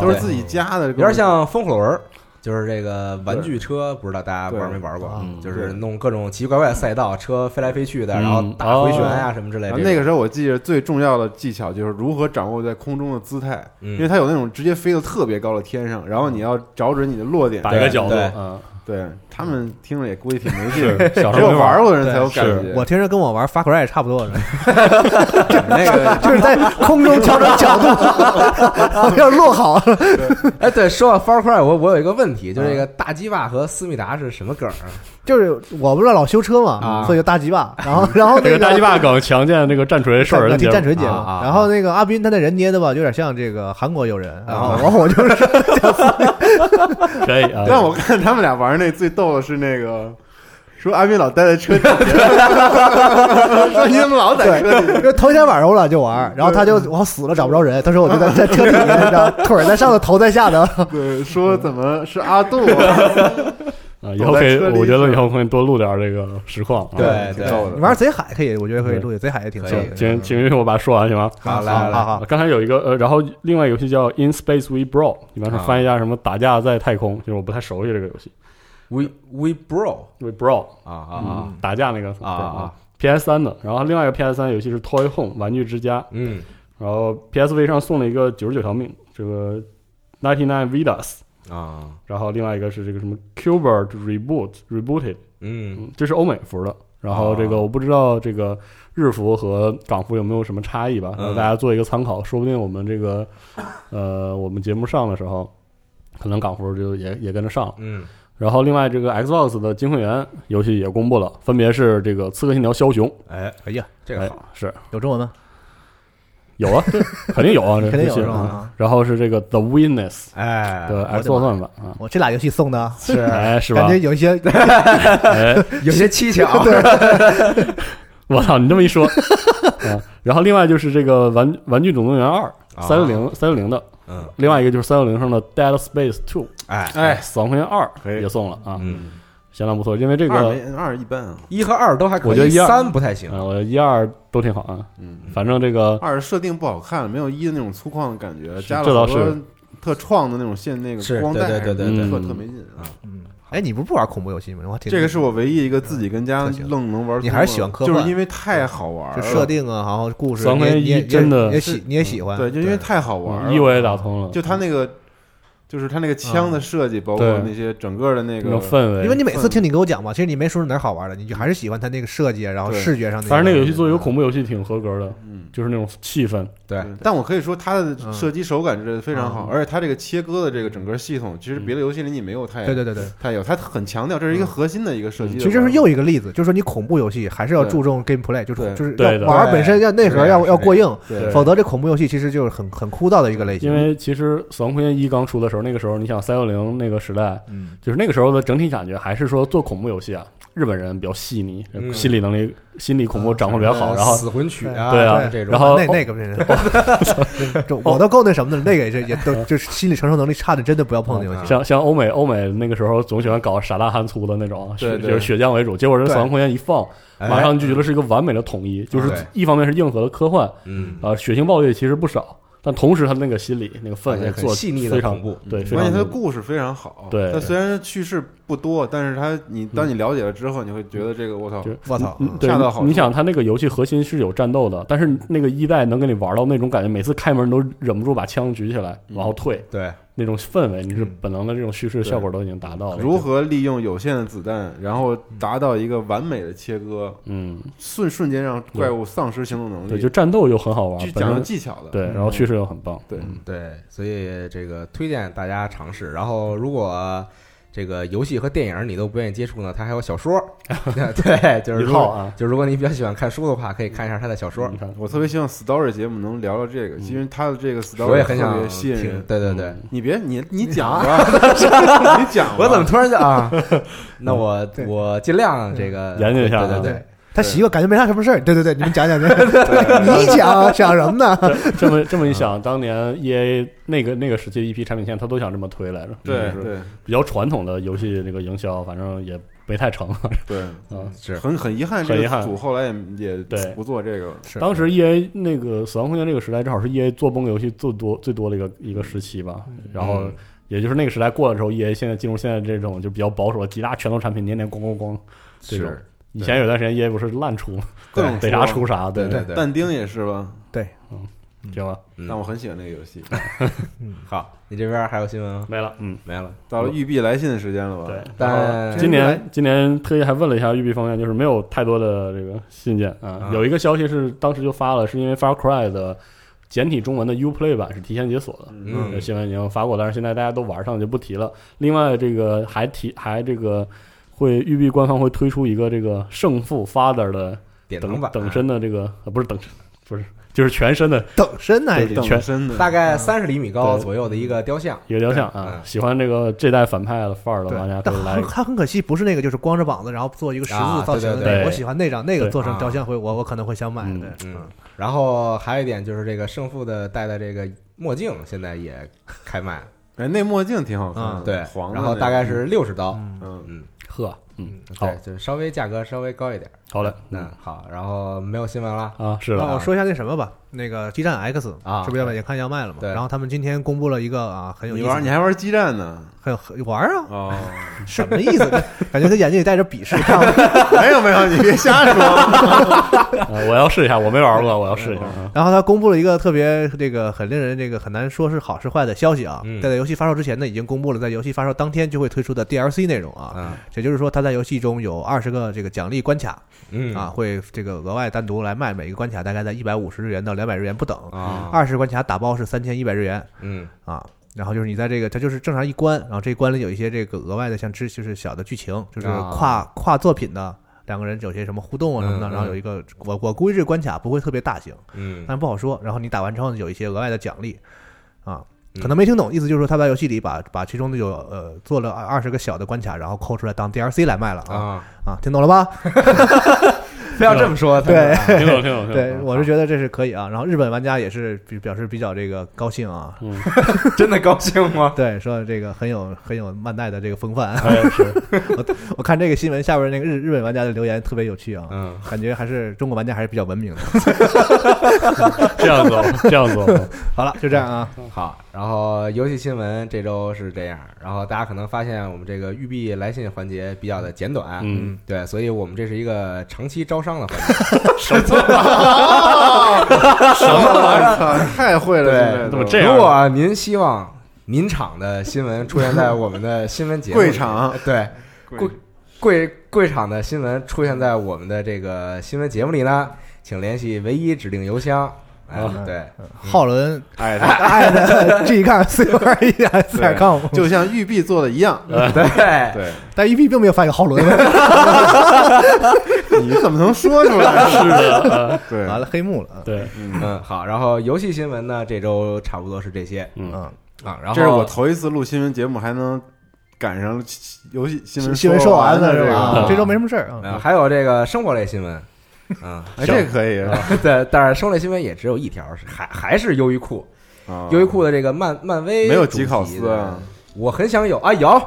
[SPEAKER 3] 都是
[SPEAKER 2] 啊对
[SPEAKER 3] 自己加的，有
[SPEAKER 2] 有点像风火轮儿。就是这个玩具车，不知道大家玩没玩过
[SPEAKER 4] 对？
[SPEAKER 2] 就是弄各种奇奇怪怪的赛道，车飞来飞去的，
[SPEAKER 5] 嗯
[SPEAKER 2] 然后大回旋呀什么之类
[SPEAKER 3] 啊
[SPEAKER 2] 的。
[SPEAKER 3] 那个时候我记得最重要的技巧就是如何掌握在空中的姿态，
[SPEAKER 2] 嗯
[SPEAKER 3] 因为它有那种直接飞到特别高的天上，然后你要找准你的落点。
[SPEAKER 5] 打一个角度，
[SPEAKER 2] 对
[SPEAKER 5] 嗯，
[SPEAKER 3] 对他们听着也估计挺没劲
[SPEAKER 5] 是
[SPEAKER 3] 儿，
[SPEAKER 5] 小
[SPEAKER 3] 只
[SPEAKER 5] 时
[SPEAKER 3] 有
[SPEAKER 5] 候
[SPEAKER 3] 玩
[SPEAKER 5] 过，
[SPEAKER 3] 过的人才有
[SPEAKER 5] 是
[SPEAKER 3] 感觉。
[SPEAKER 4] 我听着跟我玩 Far Cry 差不多，
[SPEAKER 3] 那个
[SPEAKER 4] 就是在空中调整角度， 要落好了。
[SPEAKER 2] 哎，对，说到 Far Cry，我我有一个问题，就是这个大鸡巴和思密达是什么梗儿啊？
[SPEAKER 4] 就是我不是老修车嘛，
[SPEAKER 2] 啊
[SPEAKER 4] 所以就大鸡巴，然后然后
[SPEAKER 5] 这
[SPEAKER 4] 那
[SPEAKER 5] 个
[SPEAKER 4] 个
[SPEAKER 5] 大鸡巴梗强健这个战锤兽人
[SPEAKER 4] 对
[SPEAKER 5] 节目
[SPEAKER 4] 战锤姐
[SPEAKER 2] 啊
[SPEAKER 4] 嘛，
[SPEAKER 2] 啊啊
[SPEAKER 4] 然后那个阿斌他那人捏的吧，有点像这个韩国友人，然后
[SPEAKER 2] 啊
[SPEAKER 4] 然后我就是
[SPEAKER 5] 可以啊，
[SPEAKER 3] 但我看他们俩玩那最逗的是那个，说阿斌老待在车底，说你怎么老在车底？
[SPEAKER 4] 就头一天晚上我俩就玩，然后他就我死了找不着人，他说我就在在车底下，你知道腿儿在上头，头在下头，
[SPEAKER 3] 对，说怎么是阿杜啊？
[SPEAKER 5] 啊以后可
[SPEAKER 3] 躲在
[SPEAKER 5] 以，
[SPEAKER 3] 车里
[SPEAKER 5] 我觉得
[SPEAKER 3] 是
[SPEAKER 5] 以后可以多录点这个实况啊，
[SPEAKER 2] 对
[SPEAKER 3] 挺逗的
[SPEAKER 4] 你玩贼海可以，我觉得可以录，贼海也挺
[SPEAKER 2] 可以
[SPEAKER 4] 逗
[SPEAKER 2] 可以
[SPEAKER 4] 的。
[SPEAKER 5] 请请允许我把它说完行吗？
[SPEAKER 2] 好来
[SPEAKER 4] 好
[SPEAKER 2] 来
[SPEAKER 4] 好好
[SPEAKER 5] 啊，刚才有一个呃，然后另外一个游戏叫 In Space We Brawl，一般是
[SPEAKER 3] 啊
[SPEAKER 5] 翻译一下什么打架在太空，就是我不太熟悉这个游戏
[SPEAKER 2] ，We We Bro
[SPEAKER 5] We Brawl，
[SPEAKER 2] 啊啊
[SPEAKER 5] 嗯，打架那个
[SPEAKER 2] 啊啊！
[SPEAKER 5] PS 三的，然后另外一个 PS 三游戏是 Toy Home 玩具之家，
[SPEAKER 2] 嗯
[SPEAKER 5] 然后 PSV 上送了一个九十九条命，这个 Ninety Nine Vidas，
[SPEAKER 2] 啊
[SPEAKER 5] 然后另外一个是这个什么 Cubert Reboot Rebooted，
[SPEAKER 2] 嗯，
[SPEAKER 5] 嗯，这是欧美服的。然
[SPEAKER 2] 啊
[SPEAKER 5] 后这个我不知道这个日服和港服有没有什么差异吧，
[SPEAKER 2] 嗯
[SPEAKER 5] 大家做一个参考，说不定我们这个呃我们节目上的时候，可能港服就也也跟着上了。
[SPEAKER 2] 嗯
[SPEAKER 5] 然后另外这个 Xbox 的金会员游戏也公布了，分别是这个《刺客信条：枭雄》，
[SPEAKER 2] 哎，
[SPEAKER 4] 哎呀，
[SPEAKER 2] 这
[SPEAKER 5] 哎
[SPEAKER 2] 个好，
[SPEAKER 5] 是
[SPEAKER 4] 有中文吗？
[SPEAKER 5] 有啊，对肯定有啊，这
[SPEAKER 4] 肯定有
[SPEAKER 5] 这
[SPEAKER 4] 是
[SPEAKER 5] 些啊
[SPEAKER 4] 吧？
[SPEAKER 5] 然后是这个 The Witness
[SPEAKER 2] 哎，
[SPEAKER 5] 的
[SPEAKER 4] 我的
[SPEAKER 5] Xbox
[SPEAKER 4] 妈
[SPEAKER 5] 版啊，
[SPEAKER 4] 我这俩游戏送的啊，
[SPEAKER 2] 是
[SPEAKER 5] 哎是
[SPEAKER 4] 感
[SPEAKER 5] 吧
[SPEAKER 4] 觉？有一些
[SPEAKER 5] 哎，
[SPEAKER 2] 有些蹊跷，对，
[SPEAKER 5] 我操，你这么一说啊，然后另外就是这个玩《玩具总动员二》三六零三六零的，
[SPEAKER 2] 嗯，
[SPEAKER 5] 另外一个就是三六零上的《Dead Space Two》，
[SPEAKER 2] 哎，
[SPEAKER 3] 哎，
[SPEAKER 5] 死亡空间二
[SPEAKER 3] 可以
[SPEAKER 5] 也送了啊，
[SPEAKER 2] 嗯，
[SPEAKER 5] 相当不错，因为这
[SPEAKER 3] 二
[SPEAKER 5] 个
[SPEAKER 3] 没二一般啊，
[SPEAKER 2] 一和二都还可以，
[SPEAKER 5] 我觉得一二
[SPEAKER 2] 三不太行
[SPEAKER 5] 呃，我一二都挺好啊，
[SPEAKER 3] 嗯，
[SPEAKER 5] 反正这个
[SPEAKER 3] 二设定不好看，没有一的那种粗犷的感觉，
[SPEAKER 5] 是
[SPEAKER 3] 加了
[SPEAKER 5] 这倒
[SPEAKER 3] 好多
[SPEAKER 5] 是
[SPEAKER 3] 特创的那种线那
[SPEAKER 2] 是
[SPEAKER 3] 个嗯光带，
[SPEAKER 2] 对对对对
[SPEAKER 5] 对
[SPEAKER 3] 特
[SPEAKER 5] 嗯
[SPEAKER 3] 特没劲啊。
[SPEAKER 4] 嗯，哎，你不是不玩恐怖游戏吗？我还挺
[SPEAKER 3] 这个是我唯一一个自己跟家
[SPEAKER 4] 特行
[SPEAKER 3] 愣能玩通的，
[SPEAKER 4] 你还是喜欢科幻
[SPEAKER 3] 就是因为太好玩
[SPEAKER 4] 就
[SPEAKER 3] 了，
[SPEAKER 4] 设定啊，然后故事，
[SPEAKER 5] 三
[SPEAKER 4] 你也
[SPEAKER 5] 国
[SPEAKER 4] 你也
[SPEAKER 5] 一真的
[SPEAKER 4] 你也喜你也喜欢，
[SPEAKER 3] 对，就因为太好玩
[SPEAKER 5] 一
[SPEAKER 3] 了，
[SPEAKER 5] 我也打通了，
[SPEAKER 3] 就他那个。就是他那个枪的设计，包括
[SPEAKER 5] 对
[SPEAKER 3] 那些整个的那
[SPEAKER 5] 那
[SPEAKER 3] 个
[SPEAKER 5] 种氛围，
[SPEAKER 4] 因为你每次听你给我讲嘛，其实你没说出哪儿好玩的，你就还是喜欢它那个设计，然后
[SPEAKER 3] 对
[SPEAKER 4] 视觉上的。
[SPEAKER 5] 反正那个游戏
[SPEAKER 4] 嗯
[SPEAKER 5] 做一个恐怖游戏挺合格的，
[SPEAKER 3] 嗯，
[SPEAKER 5] 就是那种气氛，
[SPEAKER 2] 对，
[SPEAKER 3] 但我可以说它
[SPEAKER 4] 嗯
[SPEAKER 3] 的射击手感之类的非常好，
[SPEAKER 4] 嗯
[SPEAKER 3] 而且它这个切割的这个整个系统，其实别的游戏里你没有太
[SPEAKER 4] 对对对对，
[SPEAKER 3] 太有，它很强调这
[SPEAKER 5] 嗯
[SPEAKER 3] 是一个核心的一个射击的玩法。
[SPEAKER 4] 其实这是又一个例子，就是说你恐怖游戏还是要注重 game play，就是
[SPEAKER 3] 对
[SPEAKER 4] 就是
[SPEAKER 5] 对
[SPEAKER 4] 要
[SPEAKER 5] 的
[SPEAKER 4] 玩本身要内核
[SPEAKER 2] 对
[SPEAKER 4] 要
[SPEAKER 2] 是
[SPEAKER 4] 要过硬，
[SPEAKER 3] 对
[SPEAKER 4] 否则这恐怖游戏其实就是很很枯燥的一个类型。
[SPEAKER 5] 因为其实《死亡空间一》刚出的时候，那个时候你想三六零那个时代，
[SPEAKER 4] 嗯，
[SPEAKER 5] 就是那个时候的整体感觉还是说做恐怖游戏啊，日本人比较细腻，
[SPEAKER 2] 嗯
[SPEAKER 5] 心理能力、心理恐怖掌控比较好，
[SPEAKER 2] 呃
[SPEAKER 5] 然后
[SPEAKER 2] 死魂曲啊，
[SPEAKER 5] 对啊
[SPEAKER 2] 这种，
[SPEAKER 5] 然后
[SPEAKER 4] 那那个不是，就我都够那什么的了，那个也是也都就是心理承受能力差的，真的不要碰那游戏。
[SPEAKER 5] 像像欧美欧美那个时候总喜欢搞傻大憨粗的那种，
[SPEAKER 3] 对
[SPEAKER 5] 血
[SPEAKER 3] 对
[SPEAKER 5] 就是血浆为主。结果这《死亡空间》一放，
[SPEAKER 2] 哎
[SPEAKER 5] 马上就觉得是一个完美的统一，就是
[SPEAKER 2] 对
[SPEAKER 5] 一方面是硬核的科幻，
[SPEAKER 2] 嗯，
[SPEAKER 5] 啊，血腥暴力其实不少，但同时他那个心理那个氛围
[SPEAKER 2] 啊很
[SPEAKER 5] 做得
[SPEAKER 2] 细腻的
[SPEAKER 5] 非常
[SPEAKER 2] 恐怖，嗯
[SPEAKER 5] 对，非
[SPEAKER 3] 关键
[SPEAKER 5] 常
[SPEAKER 3] 它的
[SPEAKER 5] 的
[SPEAKER 3] 故事非常好，
[SPEAKER 5] 对
[SPEAKER 3] 它虽然叙事不多，但是它你当你了解了之后，你会觉得这个我操
[SPEAKER 5] 就，是
[SPEAKER 4] 我操，
[SPEAKER 5] 嗯对
[SPEAKER 3] 恰到好，处
[SPEAKER 5] 你想他那个游戏核心是有战斗的，但是那个一代能给你玩到那种感觉，每次开门都忍不住把枪举起来，然后退
[SPEAKER 2] 对，
[SPEAKER 5] 那种氛围，你是
[SPEAKER 2] 嗯
[SPEAKER 5] 本能的这种叙事效果都已经达到了。
[SPEAKER 3] 如何利用有限的子弹，然后达到一个完美的切割，
[SPEAKER 5] 嗯，
[SPEAKER 3] 瞬瞬间让怪物丧失行动能
[SPEAKER 5] 对，
[SPEAKER 3] 力
[SPEAKER 5] 就，战斗又很好玩
[SPEAKER 3] 就，
[SPEAKER 5] 本
[SPEAKER 3] 讲究
[SPEAKER 5] 身
[SPEAKER 3] 技巧的，
[SPEAKER 5] 对，
[SPEAKER 3] 嗯
[SPEAKER 5] 然后叙事又很棒，
[SPEAKER 3] 对
[SPEAKER 5] 嗯
[SPEAKER 2] 对，所以这个推荐大家尝试。然后，如果这个游戏和电影你都不愿意接触呢，它还有小 说。对，就是
[SPEAKER 5] 一
[SPEAKER 2] 如
[SPEAKER 5] 套
[SPEAKER 2] 果
[SPEAKER 5] 啊。嗯
[SPEAKER 2] 就如果你比较喜欢看书的话，可以看一下他的小说
[SPEAKER 5] 你。看，
[SPEAKER 3] 我特别希望 story 节目能聊聊这
[SPEAKER 5] 嗯
[SPEAKER 3] 个，因为他的这个 story
[SPEAKER 2] 我也很
[SPEAKER 3] 特
[SPEAKER 2] 想
[SPEAKER 3] 别吸引
[SPEAKER 2] 听
[SPEAKER 3] 人。
[SPEAKER 2] 对对对，
[SPEAKER 3] 你别你你 讲吧，你讲吧，
[SPEAKER 2] 我怎么突然就 啊？那我
[SPEAKER 4] 对
[SPEAKER 2] 我尽量这个
[SPEAKER 5] 嗯研究一下啊
[SPEAKER 2] 对对
[SPEAKER 4] 对
[SPEAKER 2] 对，
[SPEAKER 4] 他习惯感觉没啥什么事儿。对对对，你们讲讲去，你讲讲什么呢？
[SPEAKER 5] 这这么这么一想，当年 E A 那个那个时期的一批产品线，他都想这么推来着，
[SPEAKER 3] 对
[SPEAKER 5] 就是
[SPEAKER 3] 对
[SPEAKER 5] 比较传统的游戏那个营销，反正也没太成。
[SPEAKER 3] 对，
[SPEAKER 5] 啊，
[SPEAKER 2] 是
[SPEAKER 3] 很很遗憾，
[SPEAKER 5] 很
[SPEAKER 3] 这
[SPEAKER 5] 遗
[SPEAKER 3] 个
[SPEAKER 5] 憾
[SPEAKER 3] 组后来也也
[SPEAKER 5] 对
[SPEAKER 3] 不做这个了。
[SPEAKER 2] 是
[SPEAKER 5] 当时 E A 那个《死亡空间》这个时代，正好是 E A 做崩游戏最多最多的一个一个时期吧。然后
[SPEAKER 2] 嗯
[SPEAKER 5] 也就是那个时代过了之后，E A 现在进入现在这种就比较保守的几大拳头产品，年年咣咣咣。这种
[SPEAKER 2] 是，
[SPEAKER 5] 以前有段时间 E A 不是烂出吗，
[SPEAKER 3] 各种
[SPEAKER 5] 逮啥出啥，
[SPEAKER 2] 对
[SPEAKER 5] 对
[SPEAKER 2] 对，对，
[SPEAKER 3] 但丁也是吧，
[SPEAKER 5] 行吧，
[SPEAKER 2] 嗯
[SPEAKER 3] 但我很喜欢那个游戏。
[SPEAKER 5] 哎
[SPEAKER 2] 好，你这边还有新闻吗？
[SPEAKER 5] 没了，嗯，
[SPEAKER 2] 没了。
[SPEAKER 3] 到了育碧来信的时间了吧？
[SPEAKER 5] 对。
[SPEAKER 2] 但
[SPEAKER 5] 今年今年特意还问了一下育碧方面，就是没有太多的这个信件
[SPEAKER 2] 啊
[SPEAKER 5] 啊。有一个消息是当时就发了，是因为 Far Cry 的简体中文的 Uplay 版是提前解锁的，
[SPEAKER 2] 嗯
[SPEAKER 5] 这呃新闻已经发过，但是现在大家都玩上了就不提了。另外，这个还提还这个会育碧官方会推出一个这个胜负 Father 的
[SPEAKER 2] 典
[SPEAKER 5] 等
[SPEAKER 2] 藏版
[SPEAKER 5] 等身的这个呃不是等身不是就是全身的
[SPEAKER 4] 等身呢？
[SPEAKER 3] 对，
[SPEAKER 5] 对
[SPEAKER 3] 等
[SPEAKER 5] 全
[SPEAKER 3] 身的
[SPEAKER 2] 大概三十厘米高
[SPEAKER 5] 嗯对
[SPEAKER 2] 左右的一个雕像，
[SPEAKER 5] 一个雕像
[SPEAKER 2] 对
[SPEAKER 5] 啊，
[SPEAKER 2] 嗯
[SPEAKER 5] 喜欢这个这代反派的范儿的
[SPEAKER 4] 对
[SPEAKER 5] 玩家，可
[SPEAKER 4] 但
[SPEAKER 5] 以来
[SPEAKER 4] 很。他很可惜，不是那个，就是光着膀子，然后做一个十字造型
[SPEAKER 2] 啊对对
[SPEAKER 4] 的那
[SPEAKER 5] 对
[SPEAKER 4] 个。
[SPEAKER 5] 对
[SPEAKER 4] 我喜欢那张，那个
[SPEAKER 5] 对
[SPEAKER 4] 做成
[SPEAKER 2] 啊
[SPEAKER 4] 雕像会，我我可能会想买
[SPEAKER 5] 嗯
[SPEAKER 4] 对，
[SPEAKER 2] 嗯，然后还有一点就是这个胜负的戴的这个墨镜现在也开卖，
[SPEAKER 3] 哎，那墨镜挺好看的，
[SPEAKER 4] 嗯
[SPEAKER 2] 对，
[SPEAKER 3] 黄的那个。
[SPEAKER 2] 然后大概是六十刀，
[SPEAKER 4] 嗯，
[SPEAKER 3] 嗯，
[SPEAKER 2] 嗯，
[SPEAKER 5] 呵，嗯，好
[SPEAKER 2] 对，，就是稍微价格稍微高一点。
[SPEAKER 5] 好嘞，
[SPEAKER 2] 嗯，好，然后没有新闻了，
[SPEAKER 5] 啊，是
[SPEAKER 4] 那
[SPEAKER 5] 的，
[SPEAKER 4] 我说一下那什么吧，那个激战 X
[SPEAKER 2] 啊
[SPEAKER 4] 这不要也看要卖了嘛？
[SPEAKER 2] 对
[SPEAKER 4] 然后他们今天公布了一个啊，很有
[SPEAKER 3] 你
[SPEAKER 4] 意
[SPEAKER 3] 玩你
[SPEAKER 4] 思，
[SPEAKER 3] 还玩激战呢？
[SPEAKER 4] 很很玩啊，
[SPEAKER 3] 哦，
[SPEAKER 4] 什么意思？感觉他眼睛里带着鄙视，看我
[SPEAKER 3] 没有没有，你别瞎说。
[SPEAKER 5] 啊我要试一下，我没玩过，我要试一下
[SPEAKER 2] 哦
[SPEAKER 5] 啊。
[SPEAKER 4] 然后他公布了一个特别这个很令人这个很难说是好是坏的消息啊
[SPEAKER 2] 嗯，
[SPEAKER 4] 在在游戏发售之前呢，已经公布了在游戏发售当天就会推出的 DLC 内容啊，
[SPEAKER 2] 嗯
[SPEAKER 4] 也就是说他在游戏中有二十个这个奖励关卡，
[SPEAKER 2] 嗯
[SPEAKER 4] 啊，会这个额外单独来卖每个关卡，大概在一百五十日元到两百日元不等。
[SPEAKER 2] 啊，
[SPEAKER 4] 二十关卡打包是三千一百日元
[SPEAKER 2] 嗯
[SPEAKER 4] 啊。然后就是你在这个，它就是正常一关，然后这一关里有一些这个额外的，像之就是小的剧情，就是
[SPEAKER 2] 啊
[SPEAKER 4] 跨跨作品的两个人有些什么互动啊什么的。
[SPEAKER 2] 嗯
[SPEAKER 4] 然后有一个，我我估计这关卡不会特别大型，
[SPEAKER 2] 嗯
[SPEAKER 4] 但不好说。然后你打完之后呢有一些额外的奖励，啊，
[SPEAKER 2] 嗯
[SPEAKER 4] 可能没听懂，意思就是说他在游戏里把把其中的有呃做了二十个小的关卡，然后抠出来当 DLC 来卖了啊
[SPEAKER 2] 啊，
[SPEAKER 4] 啊，听懂了吧？
[SPEAKER 2] 非要这么说，
[SPEAKER 4] 对
[SPEAKER 2] 他们
[SPEAKER 5] 啊听懂，听懂，听懂。
[SPEAKER 4] 对，我是觉得这是可以啊。然后日本玩家也是比表示比较这个高兴啊，
[SPEAKER 5] 嗯，
[SPEAKER 2] 啊真的高兴吗？
[SPEAKER 4] 对，说这个很有很有漫代的这个风范。
[SPEAKER 5] 哎是，
[SPEAKER 4] 我看这个新闻下边那个日日本玩家的留言特别有趣 啊，
[SPEAKER 2] 嗯，
[SPEAKER 4] 感觉还是中国玩家还是比较文明的。
[SPEAKER 5] 这 样子哦，这样子哦，
[SPEAKER 4] 好了，就这样啊，
[SPEAKER 2] 好，然后游戏新闻这周是这样，然后大家可能发现我们这个育碧来信环节比较的简短，
[SPEAKER 5] 嗯，
[SPEAKER 2] 对，所以我们这是一个长期招商的环节，
[SPEAKER 3] 什么玩意儿？太会了，
[SPEAKER 2] 对
[SPEAKER 3] 现在都
[SPEAKER 5] 怎么这样
[SPEAKER 2] 如果您希望您厂的新闻出现在我们的新闻节目里，
[SPEAKER 3] 贵厂
[SPEAKER 2] 对贵贵贵厂的新闻出现在我们的这个新闻节目里呢，请联系唯一指定邮箱。哎
[SPEAKER 4] 啊，
[SPEAKER 2] 对，
[SPEAKER 4] 浩伦
[SPEAKER 3] 哎，
[SPEAKER 4] 艾特 G 杠 C R E S 点 com，
[SPEAKER 3] 就像育碧做的一样。
[SPEAKER 2] 对，
[SPEAKER 3] 对，
[SPEAKER 4] 但 E P 并没有发给浩伦。
[SPEAKER 3] 你怎么能说出来？
[SPEAKER 5] 是的，
[SPEAKER 3] 对，
[SPEAKER 4] 完了，黑幕了。
[SPEAKER 5] 呃对，
[SPEAKER 2] 嗯，好，然后游戏新闻呢，这周差不多是这些
[SPEAKER 5] 嗯
[SPEAKER 4] 嗯，
[SPEAKER 2] 啊，然后
[SPEAKER 3] 这是我头一次录新闻节目还能赶上游戏新闻
[SPEAKER 4] 新闻
[SPEAKER 3] 说
[SPEAKER 4] 完了
[SPEAKER 3] 这
[SPEAKER 4] 是
[SPEAKER 3] 个，
[SPEAKER 4] 吧？啊这周没什么事儿
[SPEAKER 2] 呃，
[SPEAKER 4] 啊。
[SPEAKER 2] 还有这个生活类新闻， 啊，
[SPEAKER 3] 哎，这可以啊
[SPEAKER 2] 对，但是生活类新闻也只有一条，是还还是优衣库，
[SPEAKER 3] 啊
[SPEAKER 2] 优衣库的嗯这个漫漫威
[SPEAKER 3] 没有
[SPEAKER 2] 主
[SPEAKER 3] 吉考
[SPEAKER 2] 题
[SPEAKER 3] 斯
[SPEAKER 2] 的
[SPEAKER 3] 啊，
[SPEAKER 2] 我很想有啊，有。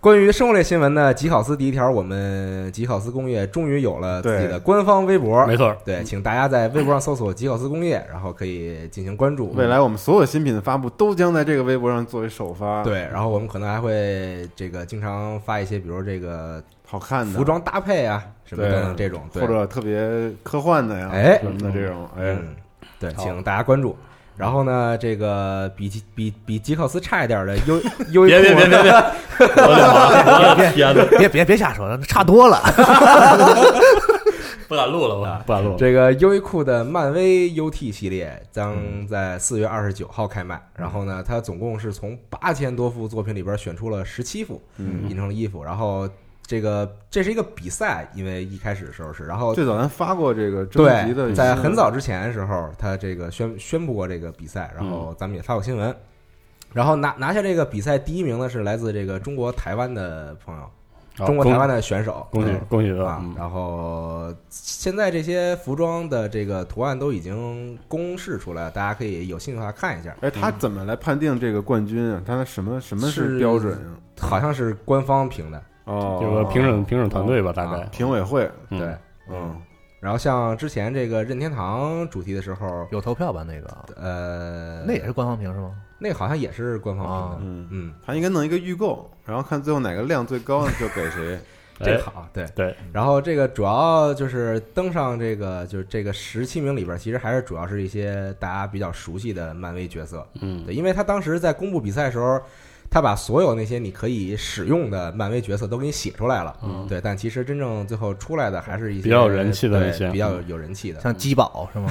[SPEAKER 2] 关于生活类新闻呢，吉考斯第一条，我们吉考斯工业终于有了自己
[SPEAKER 3] 对
[SPEAKER 2] 的官方微博，
[SPEAKER 5] 没错儿，
[SPEAKER 2] 对，请大家在微博上搜索“吉考斯工业”， 然后可以进行关注。
[SPEAKER 3] 未来我们所有新品的发布都将在这个微博上作为首发，，
[SPEAKER 2] 对，然后我们可能还会这个经常发一些，比如这个
[SPEAKER 3] 好看的
[SPEAKER 2] 服，装搭配啊什么
[SPEAKER 3] 对
[SPEAKER 2] 等等这种，对
[SPEAKER 3] 或者特别科幻的呀，
[SPEAKER 2] 哎
[SPEAKER 3] 什么的这种，哎，
[SPEAKER 2] 嗯，对，请大家关注。然后呢，这个比吉比比吉考斯差一点的 优优衣
[SPEAKER 6] 别
[SPEAKER 2] 库，
[SPEAKER 6] 别别别别！
[SPEAKER 2] 啊
[SPEAKER 6] 我的妈！我的天哪！
[SPEAKER 4] 别别别瞎说了，差多了。
[SPEAKER 5] 不敢录了，
[SPEAKER 2] 啊
[SPEAKER 5] 我不敢录了。
[SPEAKER 2] 这个优衣库的漫威 UT 系列将
[SPEAKER 3] 嗯
[SPEAKER 2] 在四月二十九号开卖。然后呢，它总共是从八千多幅作品里边选出了十七幅
[SPEAKER 3] 嗯，
[SPEAKER 2] 印成了衣服。然后这个这是一个比赛，因为一开始的时候是，然后
[SPEAKER 3] 最早咱发过这个征集的，
[SPEAKER 2] 对，在很早之前的时候，他这个宣宣布过这个比赛，然后咱们也发过新
[SPEAKER 3] 嗯
[SPEAKER 2] 闻。然后拿拿下这个比赛第一名的是来自这个中国台湾的朋
[SPEAKER 3] 哦
[SPEAKER 2] 友，
[SPEAKER 5] 好
[SPEAKER 2] 中国
[SPEAKER 5] 恭
[SPEAKER 2] 台湾的选手，
[SPEAKER 5] 恭喜
[SPEAKER 2] 对
[SPEAKER 5] 恭喜啊
[SPEAKER 2] 啊！！然后现在这些服装的这个图案都已经公示出来了，大家可以有兴趣的话看一下。
[SPEAKER 3] 哎，他怎么来判定这个冠军啊？他什么什么
[SPEAKER 2] 是
[SPEAKER 3] 标准啊？
[SPEAKER 2] 好像是官方评的，
[SPEAKER 3] 哦，
[SPEAKER 5] 有个评审评审团队吧，大概
[SPEAKER 2] 啊
[SPEAKER 3] 评委会，
[SPEAKER 5] 嗯
[SPEAKER 2] 对。
[SPEAKER 3] 嗯，
[SPEAKER 2] 然后像之前这个任天堂主题的时候，
[SPEAKER 4] 有投票吧？那个，
[SPEAKER 2] 呃，
[SPEAKER 4] 那也是官方评是吗？
[SPEAKER 2] 那个好像也是官方评的，
[SPEAKER 3] 嗯，
[SPEAKER 2] 嗯，
[SPEAKER 3] 他应该弄一个预购，然后看最后哪个量最高就给谁。
[SPEAKER 2] 这
[SPEAKER 5] 哎
[SPEAKER 2] 个好，对
[SPEAKER 5] 对。
[SPEAKER 2] 然后这个主要就是登上这个就是这个十七名里边，其实还是主要是一些大家比较熟悉的漫威角色，
[SPEAKER 5] 嗯，
[SPEAKER 2] 对，因为他当时在公布比赛的时候，他把所有那些你可以使用的漫威角色都给你写出来了，
[SPEAKER 5] 嗯
[SPEAKER 2] 对。但其实真正最后出来的还是一些
[SPEAKER 5] 比较有人气的
[SPEAKER 2] 对
[SPEAKER 5] 那些
[SPEAKER 2] 比较有人气的。
[SPEAKER 4] 像基宝是吗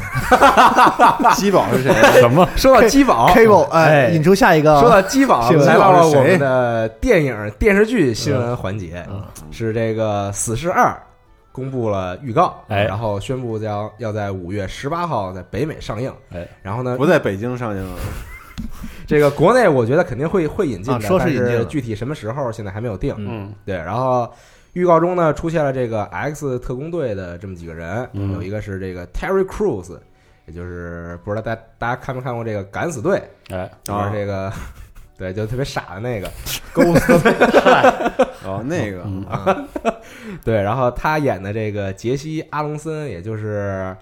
[SPEAKER 3] 基宝是谁？
[SPEAKER 5] 什么？
[SPEAKER 2] 说到基宝
[SPEAKER 4] ？Cable，
[SPEAKER 2] 哎
[SPEAKER 4] 哎，引出下一个。
[SPEAKER 2] 说到基宝，
[SPEAKER 4] 新闻
[SPEAKER 2] 来到了我
[SPEAKER 3] 是谁
[SPEAKER 2] 们的电影电视剧新闻环节，
[SPEAKER 5] 嗯
[SPEAKER 2] 是这个《死侍二》公布了预告，
[SPEAKER 5] 哎
[SPEAKER 2] 然后宣布将要在五月十八号在北美上映，
[SPEAKER 5] 哎，
[SPEAKER 2] 然后呢
[SPEAKER 3] 不，在北京上映了，
[SPEAKER 2] 这个国内我觉得肯定会会引进的，
[SPEAKER 4] 啊说是
[SPEAKER 2] 但是
[SPEAKER 4] 引进了
[SPEAKER 2] 具体什么时候现在还没有定。
[SPEAKER 5] 嗯，
[SPEAKER 2] 对，然后预告中呢出现了这个 X 特工队的这么几个人，
[SPEAKER 5] 嗯
[SPEAKER 2] 有一个是这个 Terry Crews，也就是不知道大大家看没看过这个《敢死队》，
[SPEAKER 5] 哎，
[SPEAKER 2] 就是这
[SPEAKER 4] 啊
[SPEAKER 2] 个， 对，就特别傻的那个，
[SPEAKER 3] 勾死。哦，那个
[SPEAKER 5] 嗯
[SPEAKER 2] 对，然后他演的这个杰西·阿隆森，也就是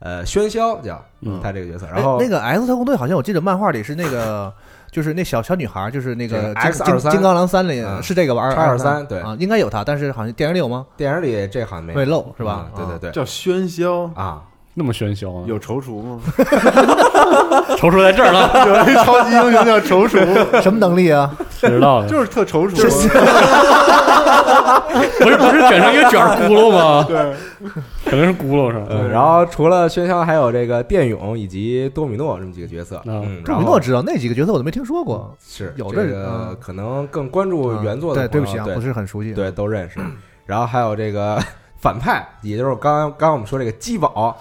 [SPEAKER 2] 呃喧嚣叫
[SPEAKER 5] 嗯
[SPEAKER 2] 他这个角色，
[SPEAKER 4] 哎
[SPEAKER 2] 然后
[SPEAKER 4] 那个 X 特工队好像我记得漫画里是那个，就是那小小女孩，就是那
[SPEAKER 2] 这
[SPEAKER 4] 个
[SPEAKER 2] 个
[SPEAKER 4] 金
[SPEAKER 2] X23
[SPEAKER 4] 金金刚狼三里
[SPEAKER 2] 嗯
[SPEAKER 4] 是这个玩意儿
[SPEAKER 2] X23 对
[SPEAKER 4] 啊，应该有她，但是好像电影里有吗？
[SPEAKER 2] 电影里这好像没有
[SPEAKER 4] 没漏是吧
[SPEAKER 2] 啊？对对对，
[SPEAKER 3] 叫喧嚣，
[SPEAKER 2] 啊，
[SPEAKER 5] 那么喧嚣啊！
[SPEAKER 3] 有踌躇吗？
[SPEAKER 5] 踌躇在这儿 了，
[SPEAKER 3] 有一超级英雄叫踌躇，
[SPEAKER 4] 对，什么能力啊？
[SPEAKER 5] 谁知道呢？
[SPEAKER 3] 就是特踌躇。
[SPEAKER 5] 不是不是卷成一个卷儿窟窿吗？
[SPEAKER 3] 对，
[SPEAKER 5] 肯定是窟窿上。
[SPEAKER 2] 嗯然后除了喧嚣，还有这个电勇以及多米诺这么几个角色，
[SPEAKER 5] 嗯
[SPEAKER 2] 嗯，
[SPEAKER 4] 朱米
[SPEAKER 2] 然
[SPEAKER 4] 诺
[SPEAKER 2] 后
[SPEAKER 4] 知道那几个角色我都没听说过。
[SPEAKER 2] 是
[SPEAKER 4] 有
[SPEAKER 2] 这
[SPEAKER 4] 这
[SPEAKER 2] 个
[SPEAKER 4] 嗯
[SPEAKER 2] 可能更关注原作的
[SPEAKER 4] 对，对不
[SPEAKER 2] 朋
[SPEAKER 4] 起
[SPEAKER 2] 友
[SPEAKER 4] 啊，
[SPEAKER 2] 对
[SPEAKER 4] 不是很熟悉。
[SPEAKER 2] 对，都认识。然后还有这个 反派，也就是刚刚刚我们说这个基宝，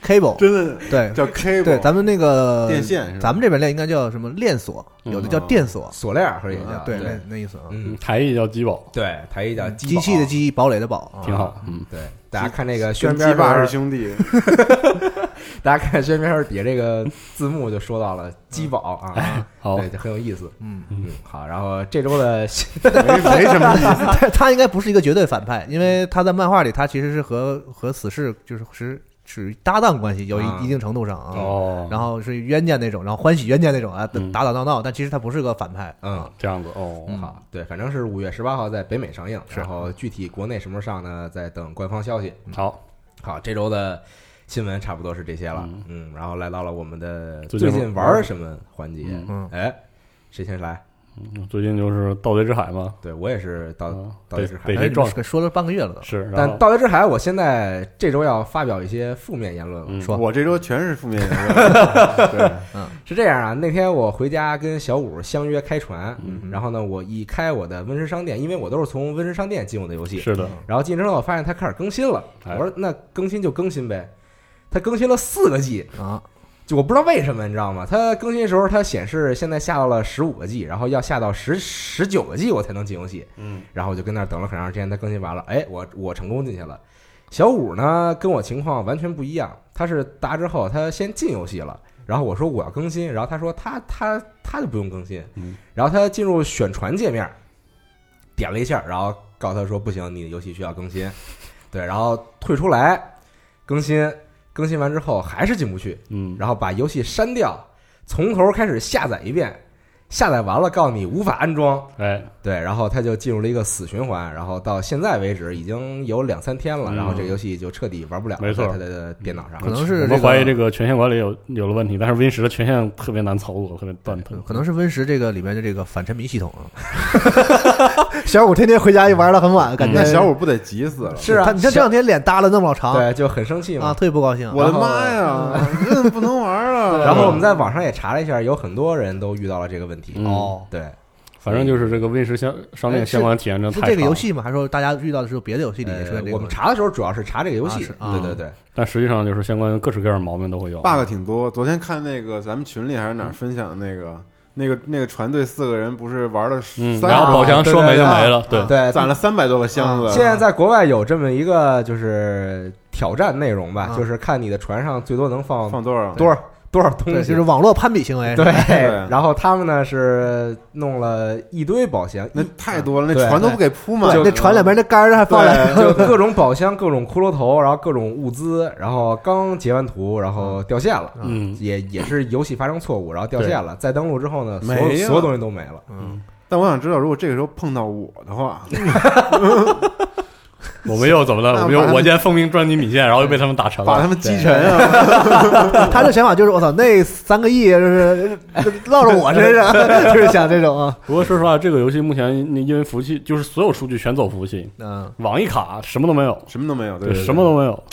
[SPEAKER 4] Cable，
[SPEAKER 3] 真的
[SPEAKER 4] 对
[SPEAKER 3] 叫 K
[SPEAKER 4] 对，咱们那个
[SPEAKER 3] 电线是吧
[SPEAKER 4] 咱们这边练应该叫什么链锁，
[SPEAKER 5] 嗯
[SPEAKER 4] 有的叫电锁，
[SPEAKER 2] 索雷尔和也叫
[SPEAKER 4] 啊对，
[SPEAKER 2] 对
[SPEAKER 4] 那，那意思啊。
[SPEAKER 5] 嗯
[SPEAKER 2] 嗯，
[SPEAKER 5] 台艺叫鸡宝，
[SPEAKER 2] 对，台一叫
[SPEAKER 4] 机器的
[SPEAKER 2] 基
[SPEAKER 4] 机，堡垒的堡，啊
[SPEAKER 5] 挺好。嗯，
[SPEAKER 2] 宝，对，大家看那个宣
[SPEAKER 3] 跟
[SPEAKER 2] 边
[SPEAKER 3] 鸡
[SPEAKER 2] 儿
[SPEAKER 3] 爸
[SPEAKER 2] 时候
[SPEAKER 3] 是兄弟，
[SPEAKER 2] 大家看宣传底下这个字幕就说到了鸡宝啊，
[SPEAKER 5] 好，
[SPEAKER 2] 对，就很有意思。
[SPEAKER 4] 哎嗯，
[SPEAKER 2] 嗯，好，然后这周的
[SPEAKER 3] 没没什么意思。
[SPEAKER 4] 他他应该不是一个绝对反派，因为他在漫画里他其实是和和死侍就是是属于搭档关系，有
[SPEAKER 2] 啊
[SPEAKER 4] 一一定程度上啊。
[SPEAKER 5] 哦，
[SPEAKER 4] 然后是冤家那种，然后欢喜冤家那种啊，打
[SPEAKER 5] 嗯
[SPEAKER 4] 打打闹闹，但其实他不是个反派。
[SPEAKER 2] 嗯，
[SPEAKER 5] 这样子哦，
[SPEAKER 4] 嗯
[SPEAKER 2] 好，对，反正是五月十八号在北美上映，然后具体国内什么时候上呢？再等官方消息。
[SPEAKER 5] 好，
[SPEAKER 2] 好，这周的新闻差不多是这些了
[SPEAKER 5] 嗯，
[SPEAKER 2] 嗯，然后来到了我们的
[SPEAKER 5] 最
[SPEAKER 2] 最
[SPEAKER 5] 近
[SPEAKER 2] 近
[SPEAKER 5] 玩
[SPEAKER 2] 玩什么环节？
[SPEAKER 4] 嗯
[SPEAKER 2] 哎，谁先来？
[SPEAKER 5] 嗯最近就是《盗贼之海》嘛，
[SPEAKER 2] 对我也是到
[SPEAKER 5] 嗯
[SPEAKER 2] 到
[SPEAKER 5] 被
[SPEAKER 2] 这海
[SPEAKER 5] 被
[SPEAKER 4] 哎
[SPEAKER 5] 这
[SPEAKER 4] 你
[SPEAKER 5] 撞
[SPEAKER 4] 们说说了半个月了都，
[SPEAKER 5] 是，然
[SPEAKER 2] 但
[SPEAKER 5] 后
[SPEAKER 2] 《盗贼之海》，我现在这周要发表一些负面言论了。
[SPEAKER 5] 嗯
[SPEAKER 4] 说
[SPEAKER 3] 我这周全是负面言论。对，
[SPEAKER 2] 是这样啊，那天我回家跟小五相约开船，
[SPEAKER 5] 嗯
[SPEAKER 2] 然后呢，我一开我的温室商店，因为我都是从温室商店进我的游戏，
[SPEAKER 5] 是的，
[SPEAKER 3] 嗯
[SPEAKER 2] 然后进之后我发现它开始更新了，
[SPEAKER 5] 哎
[SPEAKER 2] 我说那更新就更新呗，它更新了四个 G，
[SPEAKER 4] 啊，
[SPEAKER 2] 就我不知道为什么，你知道吗？它更新的时候，它显示现在下到了十五个 G，然后要下到十十九个 G 我才能进游戏。
[SPEAKER 3] 嗯，
[SPEAKER 2] 然后我就跟那儿等了很长时间，它更新完了，哎，我我成功进去了。小五呢，跟我情况完全不一样，他是打之后他先进游戏了，然后我说我要更新，然后他说他他他就不用更新
[SPEAKER 3] 嗯，
[SPEAKER 2] 然后他进入选传界面，点了一下，然后告诉他说不行，你的游戏需要更新， 对，然后退出来更新，更新完之后还是进不去，
[SPEAKER 5] 嗯，
[SPEAKER 2] 然后把游戏删掉，从头开始下载一遍，下载完了告诉你无法安装，
[SPEAKER 5] 哎，
[SPEAKER 2] 对，然后它就进入了一个死循环，然后到现在为止已经有两三天了，
[SPEAKER 5] 嗯
[SPEAKER 2] 然后这个游戏就彻底玩不了了，
[SPEAKER 5] 没错
[SPEAKER 2] 在它的电脑上
[SPEAKER 4] 可。能是
[SPEAKER 5] 我
[SPEAKER 4] 这
[SPEAKER 5] 们
[SPEAKER 4] 个
[SPEAKER 5] 怀疑这个权限管理有有了问题，但是 Win 十的权限特别难操作，特别蛋疼
[SPEAKER 4] 嗯。可能是 Win 十这个里面的这个反沉迷系统啊。 小五天天回家一玩到很晚，感觉
[SPEAKER 3] 那小五不得急死了？
[SPEAKER 2] 是啊，
[SPEAKER 4] 他你像这两天脸耷拉那么老长
[SPEAKER 2] 对，就很生气
[SPEAKER 4] 啊，
[SPEAKER 2] 嘛。
[SPEAKER 4] 特别不高兴。
[SPEAKER 3] 我的
[SPEAKER 4] 然后
[SPEAKER 3] 妈呀，这不能玩了。
[SPEAKER 2] 然后我们在网上也查了一下，有很多人都遇到了这个问题。
[SPEAKER 5] 嗯
[SPEAKER 4] 哦，
[SPEAKER 2] 对，
[SPEAKER 5] 反正就是这个 Win 十相商店相关体验真的
[SPEAKER 4] 哎是
[SPEAKER 5] 太
[SPEAKER 4] 这个
[SPEAKER 5] 差
[SPEAKER 4] 游
[SPEAKER 5] 了，
[SPEAKER 4] 戏吗？还是说大家遇到的时候别的游戏里也出现这
[SPEAKER 2] 呃
[SPEAKER 4] 个？
[SPEAKER 2] 我们查的时候主要是查这个游戏
[SPEAKER 4] 啊是，啊
[SPEAKER 2] 对对对，
[SPEAKER 5] 但实际上就是相关各式各样的毛病都会有。啊
[SPEAKER 3] bug 挺多。昨天看那个咱们群里还是哪儿分享那个、那个那个船队四个人不是玩了
[SPEAKER 5] 嗯，
[SPEAKER 3] 三，
[SPEAKER 4] 啊
[SPEAKER 5] 然后宝箱说没就没了，对，
[SPEAKER 2] 对
[SPEAKER 3] 哎
[SPEAKER 2] 嗯
[SPEAKER 3] 攒了三百多个箱子。
[SPEAKER 2] 啊现在在国外有这么一个就是挑战内容吧，
[SPEAKER 4] 啊
[SPEAKER 2] 就是看你的船上最多能放
[SPEAKER 3] 放多少？
[SPEAKER 2] 多少多少东
[SPEAKER 4] 对，
[SPEAKER 2] 西
[SPEAKER 4] 就是。网络攀比行为。
[SPEAKER 2] 对，
[SPEAKER 3] 对
[SPEAKER 2] 然后他们呢是弄了一堆宝箱，
[SPEAKER 3] 那
[SPEAKER 2] 一
[SPEAKER 3] 太多了，
[SPEAKER 2] 对
[SPEAKER 3] 那船都不给铺满。
[SPEAKER 4] 对，那船两边那杆儿还放了，
[SPEAKER 3] 对，
[SPEAKER 2] 就 各种宝箱、各种骷髅头，然后各种物资，然后刚截完图，然后掉线
[SPEAKER 4] 啊
[SPEAKER 2] 了，
[SPEAKER 5] 嗯，
[SPEAKER 2] 也也是游戏发生错误，然后掉线了。再登录之后呢，所
[SPEAKER 3] 没
[SPEAKER 2] 有
[SPEAKER 3] 了
[SPEAKER 2] 所有东西都没了。
[SPEAKER 4] 嗯，
[SPEAKER 3] 但我想知道，如果这个时候碰到我的话，
[SPEAKER 5] 我们又怎么了？我们又我今天奉命赚你米线，然后又被他们打沉
[SPEAKER 3] 把
[SPEAKER 5] 了
[SPEAKER 3] 他。们击沉啊！
[SPEAKER 4] 他这想法就是我操，那三个亿就是落着我 身上，就是想这种啊，
[SPEAKER 5] 不过说实话，这个游戏目前因为服务器就是所有数据全走服务器，
[SPEAKER 4] 嗯，
[SPEAKER 5] 网一卡什么都没有，
[SPEAKER 3] 什么都没有，对
[SPEAKER 5] 对，什么都没有，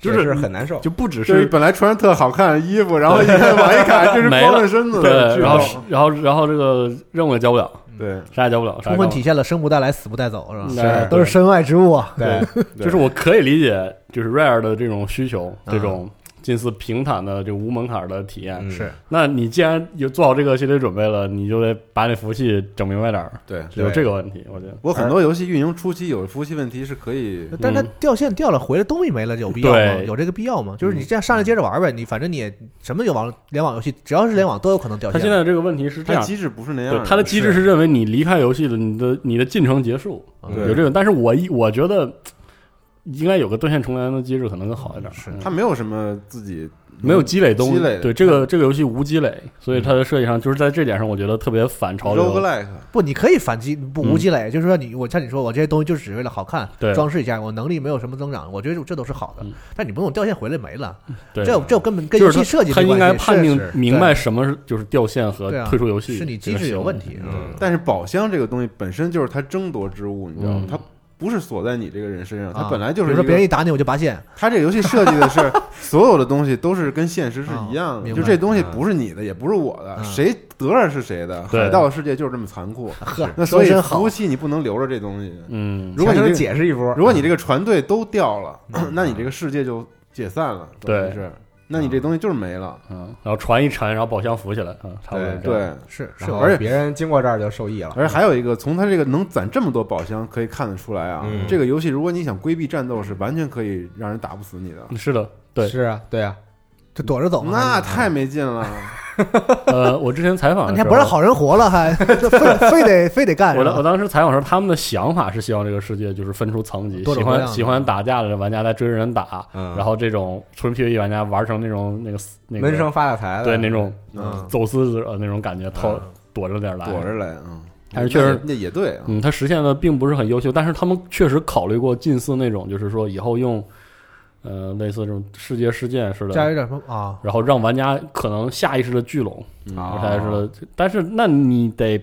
[SPEAKER 5] 就
[SPEAKER 2] 也是
[SPEAKER 5] 是
[SPEAKER 2] 很难受，
[SPEAKER 5] 就不只
[SPEAKER 3] 就是
[SPEAKER 5] 是
[SPEAKER 3] 本来穿着特好看的衣服，然后一看往一 看，就是
[SPEAKER 5] 没
[SPEAKER 3] 光着
[SPEAKER 5] 了
[SPEAKER 3] 身子的，
[SPEAKER 5] 对，
[SPEAKER 3] 巨
[SPEAKER 5] 然后
[SPEAKER 3] 逗
[SPEAKER 5] 是然后然后这个任务也交不了，
[SPEAKER 3] 对
[SPEAKER 5] 啥也交不了，啥嗯
[SPEAKER 4] 充
[SPEAKER 5] 也
[SPEAKER 4] 分
[SPEAKER 5] 干不
[SPEAKER 4] 体现了生不带来，死不带走，是吧？
[SPEAKER 5] 了
[SPEAKER 4] 都是身外之物啊。
[SPEAKER 2] 对，
[SPEAKER 3] 对嗯
[SPEAKER 5] 就是我可以理解，就是 Rare 的这种需求，
[SPEAKER 4] 啊
[SPEAKER 5] 这种近似平坦的这个无门槛的体验。
[SPEAKER 2] 嗯
[SPEAKER 4] 是
[SPEAKER 5] 那你既然有做好这个心理准备了，你就得把你服务器整明白点儿，
[SPEAKER 3] 对。
[SPEAKER 2] 对
[SPEAKER 5] 有这个问题，我觉得。
[SPEAKER 3] 我很多游戏运营初期有服务器问题是可以
[SPEAKER 4] 但是它
[SPEAKER 5] 嗯
[SPEAKER 4] 掉线掉了，回来东西没了，有必要吗？
[SPEAKER 5] 对
[SPEAKER 4] 有这个必要吗？就是你这样上来接着玩呗，你反正你也什么有网联网游戏，只要是联网都有可能掉
[SPEAKER 5] 它
[SPEAKER 4] 线。
[SPEAKER 5] 现在这个问题是这
[SPEAKER 3] 它
[SPEAKER 5] 样，
[SPEAKER 3] 机制不是那样
[SPEAKER 5] 对它的机制是认为你离开游戏了，你的你的进程结束，
[SPEAKER 3] 对
[SPEAKER 5] 有这种。但是我一我觉得应该有个断线重来的机制，可能更好一点。
[SPEAKER 4] 是
[SPEAKER 5] 嗯
[SPEAKER 3] 它没有什么自己
[SPEAKER 5] 没有积累东西
[SPEAKER 3] 积累的嗯
[SPEAKER 5] 对这个这个游戏无积累，所以它的设计上就是在这点上，我觉得特别反潮流。
[SPEAKER 3] roguelike，
[SPEAKER 4] 不，你可以反击，不
[SPEAKER 5] 嗯
[SPEAKER 4] 无积累，就是说你我像你说，我这些东西就是只为了好看，
[SPEAKER 5] 对
[SPEAKER 4] 装饰一下，我能力没有什么增长，我觉得这都是好的
[SPEAKER 5] 嗯。
[SPEAKER 4] 但你不用掉线回来没了，
[SPEAKER 5] 对，
[SPEAKER 4] 这这根本跟
[SPEAKER 5] 就
[SPEAKER 4] 游
[SPEAKER 5] 是
[SPEAKER 4] 戏
[SPEAKER 5] 他
[SPEAKER 4] 设计
[SPEAKER 5] 他
[SPEAKER 4] 没
[SPEAKER 5] 应
[SPEAKER 4] 关
[SPEAKER 5] 该
[SPEAKER 4] 系
[SPEAKER 5] 判定
[SPEAKER 4] 是是
[SPEAKER 5] 明白什么是就是掉线和
[SPEAKER 4] 对啊
[SPEAKER 5] 退出游戏，
[SPEAKER 4] 是你
[SPEAKER 5] 这
[SPEAKER 4] 机
[SPEAKER 5] 个
[SPEAKER 4] 制有
[SPEAKER 5] 行为
[SPEAKER 4] 问题。
[SPEAKER 2] 嗯
[SPEAKER 3] 但是宝箱这个东西本身就是它争夺之物，你知道吗
[SPEAKER 5] 嗯？
[SPEAKER 3] 它不是锁在你这个人身上，
[SPEAKER 4] 啊
[SPEAKER 3] 它本来就
[SPEAKER 4] 比
[SPEAKER 3] 是
[SPEAKER 4] 如
[SPEAKER 3] 一
[SPEAKER 4] 说
[SPEAKER 3] 个
[SPEAKER 4] 别人一打你，我就拔线，
[SPEAKER 3] 它这个游戏设计的 是所有的东西都是跟现实是一样
[SPEAKER 4] 哦
[SPEAKER 3] 的，
[SPEAKER 4] 明白
[SPEAKER 3] 就这东西不是你的，也不是我的，
[SPEAKER 4] 嗯
[SPEAKER 3] 谁得了是谁的。
[SPEAKER 5] 对
[SPEAKER 3] 海盗世界就是这么残 酷，
[SPEAKER 4] 呵，
[SPEAKER 3] 那所以
[SPEAKER 4] 真
[SPEAKER 3] 服
[SPEAKER 4] 好
[SPEAKER 3] 务。器你不能留着这东西。
[SPEAKER 5] 嗯，
[SPEAKER 3] 如果你
[SPEAKER 2] 强行
[SPEAKER 3] 这个
[SPEAKER 2] 解释一波，
[SPEAKER 3] 如果你这个船队都掉了，
[SPEAKER 4] 嗯
[SPEAKER 3] 那你这个世界就解散了，
[SPEAKER 5] 对
[SPEAKER 3] 等于是，那你这东西就是没了。
[SPEAKER 5] 嗯，然后船一沉，然后宝箱浮起来，啊，差不多
[SPEAKER 2] 对
[SPEAKER 4] 嗯
[SPEAKER 5] 是
[SPEAKER 3] 对，
[SPEAKER 5] 这样。
[SPEAKER 4] 是
[SPEAKER 2] 然
[SPEAKER 4] 是
[SPEAKER 2] 后
[SPEAKER 3] 而且
[SPEAKER 2] 别人经过这儿就受益了。
[SPEAKER 3] 而且还有一个，从它这个能攒这么多宝箱，可以看得出来啊，
[SPEAKER 2] 嗯
[SPEAKER 3] 这个游戏如果你想规避战斗，是完全可以让人打不死你的。
[SPEAKER 5] 嗯是的，对。
[SPEAKER 2] 是啊，对啊，
[SPEAKER 4] 就躲着走
[SPEAKER 5] 嗯
[SPEAKER 4] 嘛。
[SPEAKER 3] 那
[SPEAKER 4] 还
[SPEAKER 3] 太没劲了，
[SPEAKER 5] 呃，我之前采访
[SPEAKER 4] 那
[SPEAKER 5] 的
[SPEAKER 4] 你
[SPEAKER 5] 时
[SPEAKER 4] 还
[SPEAKER 5] 候，
[SPEAKER 4] 不让好人活了，还非非得非得干？
[SPEAKER 5] 我
[SPEAKER 4] 是
[SPEAKER 5] 当我
[SPEAKER 4] 吧
[SPEAKER 5] 当时采访的时候，他们的想法是希望这个世界就是分出层级，
[SPEAKER 4] 多
[SPEAKER 5] 喜
[SPEAKER 4] 种多
[SPEAKER 5] 欢
[SPEAKER 4] 样的
[SPEAKER 5] 喜欢打架的玩家在追着人打，
[SPEAKER 2] 嗯
[SPEAKER 5] 然后这种纯 PVE 玩家玩成那种那个那
[SPEAKER 2] 闷
[SPEAKER 5] 个
[SPEAKER 2] 声发大财的，
[SPEAKER 5] 对那种
[SPEAKER 4] 嗯
[SPEAKER 5] 走私者那种感觉，偷
[SPEAKER 2] 嗯
[SPEAKER 5] 躲着点儿来，
[SPEAKER 3] 躲着来啊。
[SPEAKER 5] 但嗯是确实
[SPEAKER 3] 那也那也对啊，
[SPEAKER 5] 嗯，它实现的并不是很优秀，但是他们确实考虑过近似那种，就是说以后用，呃，类似这种世界事件似
[SPEAKER 4] 加
[SPEAKER 5] 的，
[SPEAKER 4] 一点什么啊？
[SPEAKER 5] 然后让玩家可能下意识的聚拢，
[SPEAKER 3] 嗯哦
[SPEAKER 2] 啊
[SPEAKER 5] 下意识的，但是那你得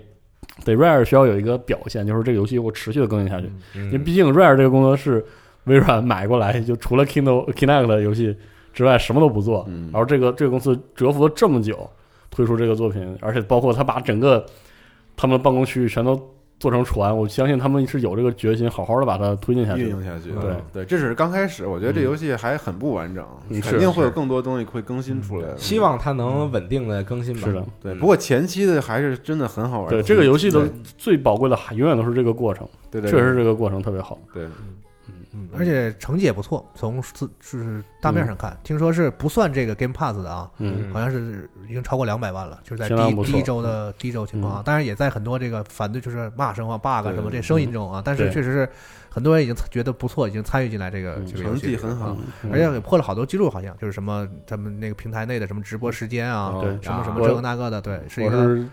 [SPEAKER 5] 得 Rare 需要有一个表现，就是这个游戏我持续的更新下去，因为
[SPEAKER 2] 嗯，
[SPEAKER 5] 毕竟 Rare 这个工作室微软买过来，就除了 Kindle Kinect 的游戏之外什么都不做，
[SPEAKER 3] 嗯
[SPEAKER 5] 然后这个这个公司蛰伏了这么久推出这个作品，而且包括他把整个他们的办公区域全都做成船，我相信他们是有这个决心，好好的把它推进下
[SPEAKER 3] 运
[SPEAKER 5] 去的。
[SPEAKER 3] 营下去。嗯
[SPEAKER 5] 对
[SPEAKER 3] 对，这只是刚开始，我觉得这游戏还很不完整，
[SPEAKER 5] 嗯
[SPEAKER 3] 肯
[SPEAKER 5] 是嗯
[SPEAKER 3] 定会有更多东西会更新出来的。
[SPEAKER 2] 希望它能稳定的更新吧。嗯啊
[SPEAKER 5] 是的，
[SPEAKER 3] 嗯对，不过前期的还是真的很好玩。
[SPEAKER 5] 对这个游戏的
[SPEAKER 3] 对
[SPEAKER 5] 最宝贵的还永远都是这个过程，
[SPEAKER 3] 对，对
[SPEAKER 5] 确实这个过程特别好。
[SPEAKER 3] 对，
[SPEAKER 4] 嗯，而且成绩也不错，从是是大面上看，听说是不算这个 Game Pass 的啊，
[SPEAKER 5] 嗯，
[SPEAKER 4] 好像是已经超过两百万了，就是在
[SPEAKER 5] 相当
[SPEAKER 4] 第
[SPEAKER 5] 不错
[SPEAKER 4] 第一周的第一周情况啊，当然也在很多这个反对就是骂声啊、bug 啊什么这声音中啊，但是
[SPEAKER 5] 对
[SPEAKER 4] 确实是很多人已经觉得不错，已经参与进来这个
[SPEAKER 5] 嗯
[SPEAKER 4] 这个游
[SPEAKER 3] 成
[SPEAKER 4] 戏
[SPEAKER 3] 绩
[SPEAKER 4] 里了
[SPEAKER 3] 很好
[SPEAKER 4] 啊。而且也破了好多记录，好像就是什么咱们那个平台内的什么直播时间啊，
[SPEAKER 3] 哦
[SPEAKER 5] 对
[SPEAKER 4] 什么什么
[SPEAKER 5] 我
[SPEAKER 4] 这个那个的，对，是一
[SPEAKER 5] 我
[SPEAKER 4] 个
[SPEAKER 5] 是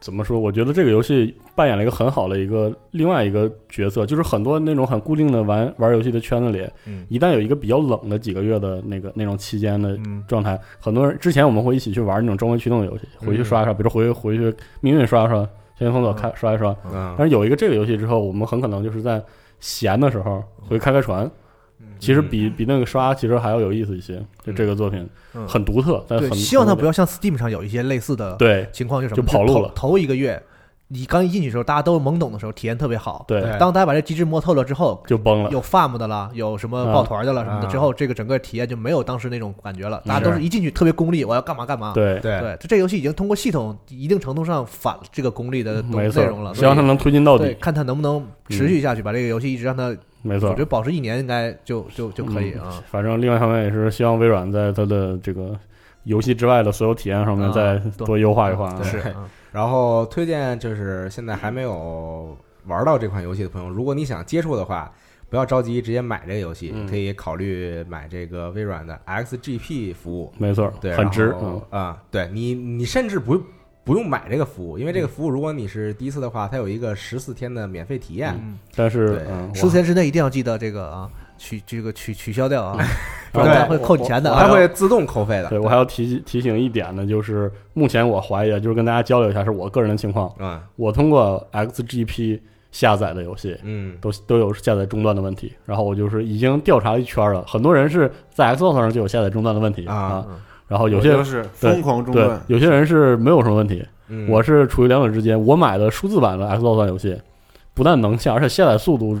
[SPEAKER 5] 怎么说？我觉得这个游戏扮演了一个很好的一个另外一个角色，就是很多那种很固定的玩玩游戏的圈子里，
[SPEAKER 4] 嗯
[SPEAKER 5] 一旦有一个比较冷的几个月的那个那种期间的
[SPEAKER 4] 嗯
[SPEAKER 5] 状态，很多人之前我们会一起去玩那种周围驱动的游戏，回去
[SPEAKER 4] 嗯
[SPEAKER 5] 刷一刷，比如说回去回去命运刷一刷，全民封锁开刷一刷。
[SPEAKER 2] 嗯，
[SPEAKER 5] 但是有一个这个游戏之后，我们很可能就是在闲的时候
[SPEAKER 4] 嗯
[SPEAKER 5] 回去开开船。其实比比那个刷其实还要有意思一些，就这个作品
[SPEAKER 4] 嗯
[SPEAKER 5] 很独特，但
[SPEAKER 4] 对，
[SPEAKER 5] 呃很
[SPEAKER 4] 希望它
[SPEAKER 5] 它
[SPEAKER 4] 不要像 Steam 上有一些类似的
[SPEAKER 5] 对
[SPEAKER 4] 情况，就是什么
[SPEAKER 5] 就跑路
[SPEAKER 4] 头
[SPEAKER 5] 了
[SPEAKER 4] 头一个月，你刚一进去的时候，大家都是懵懂的时候，体验特别好。
[SPEAKER 5] 对
[SPEAKER 2] 对
[SPEAKER 4] 当大家把这机制摸透了之后，
[SPEAKER 5] 就崩了。
[SPEAKER 4] 有 farm 的了，有什么
[SPEAKER 5] 啊
[SPEAKER 4] 抱团的了什么的，
[SPEAKER 2] 啊
[SPEAKER 4] 之后这个整个体验就没有当时那种感觉了。大家都是一进去特别功利，我要干嘛干嘛。
[SPEAKER 5] 对，
[SPEAKER 2] 对，
[SPEAKER 4] 对，这这游戏已经通过系统一定程度上反了这个功利的东
[SPEAKER 5] 嗯没错
[SPEAKER 4] 内容了。，
[SPEAKER 5] 希望它
[SPEAKER 4] 所以
[SPEAKER 5] 能推进到
[SPEAKER 4] 对，
[SPEAKER 5] 底。嗯
[SPEAKER 4] 看它能不能持续下去，把这个游戏一直让它，
[SPEAKER 5] 没
[SPEAKER 4] 我
[SPEAKER 5] 错嗯
[SPEAKER 4] 觉，得保持一年应该就就就可以啊。
[SPEAKER 5] 反正另外一方面也是希望微软在它的这个游戏之外的所有体验上面
[SPEAKER 4] 啊
[SPEAKER 5] 再
[SPEAKER 4] 多
[SPEAKER 5] 多优化优啊化。
[SPEAKER 4] 是，
[SPEAKER 2] 对
[SPEAKER 4] 嗯
[SPEAKER 2] 然后推荐就是现在还没有玩到这款游戏的朋友，如果你想接触的话，不要着急直接买这个游戏，
[SPEAKER 5] 嗯
[SPEAKER 2] 可以考虑买这个微软的 XGP 服务。
[SPEAKER 5] 没错，
[SPEAKER 2] 对，
[SPEAKER 5] 很值
[SPEAKER 2] 然。后
[SPEAKER 5] 嗯，
[SPEAKER 2] 啊、对你，你甚至不不用买这个服务，因为这个服务如果你是第一次的话，它有一个十四天的免费体验。
[SPEAKER 5] 但是
[SPEAKER 2] 对
[SPEAKER 5] 嗯，
[SPEAKER 4] 十
[SPEAKER 5] 我
[SPEAKER 4] 天之内一定要记得这个啊，取这个取取消 掉啊，不
[SPEAKER 5] 对
[SPEAKER 4] 然会扣你钱的啊。
[SPEAKER 2] 它会自动扣费的。
[SPEAKER 5] 对我还要提提醒一点呢，就是目前我怀疑，啊就是跟大家交流一下，是我个人的情况，
[SPEAKER 2] 嗯
[SPEAKER 5] 我通过 XGP 下载的游戏。
[SPEAKER 2] 嗯
[SPEAKER 5] 都都有下载中断的问题，然后我就是已经调查一圈了，很多人是在 Xbox 上就有下载中断的问题
[SPEAKER 2] 啊
[SPEAKER 5] 然后有
[SPEAKER 3] 我
[SPEAKER 5] 些
[SPEAKER 3] 就是疯狂中
[SPEAKER 5] 对
[SPEAKER 3] 断，，
[SPEAKER 5] 有些人是没有什么问题，
[SPEAKER 2] 嗯，
[SPEAKER 5] 我是处于两者之间。我买的数字版的 Xbox 版游戏，不但能下，而且下载速度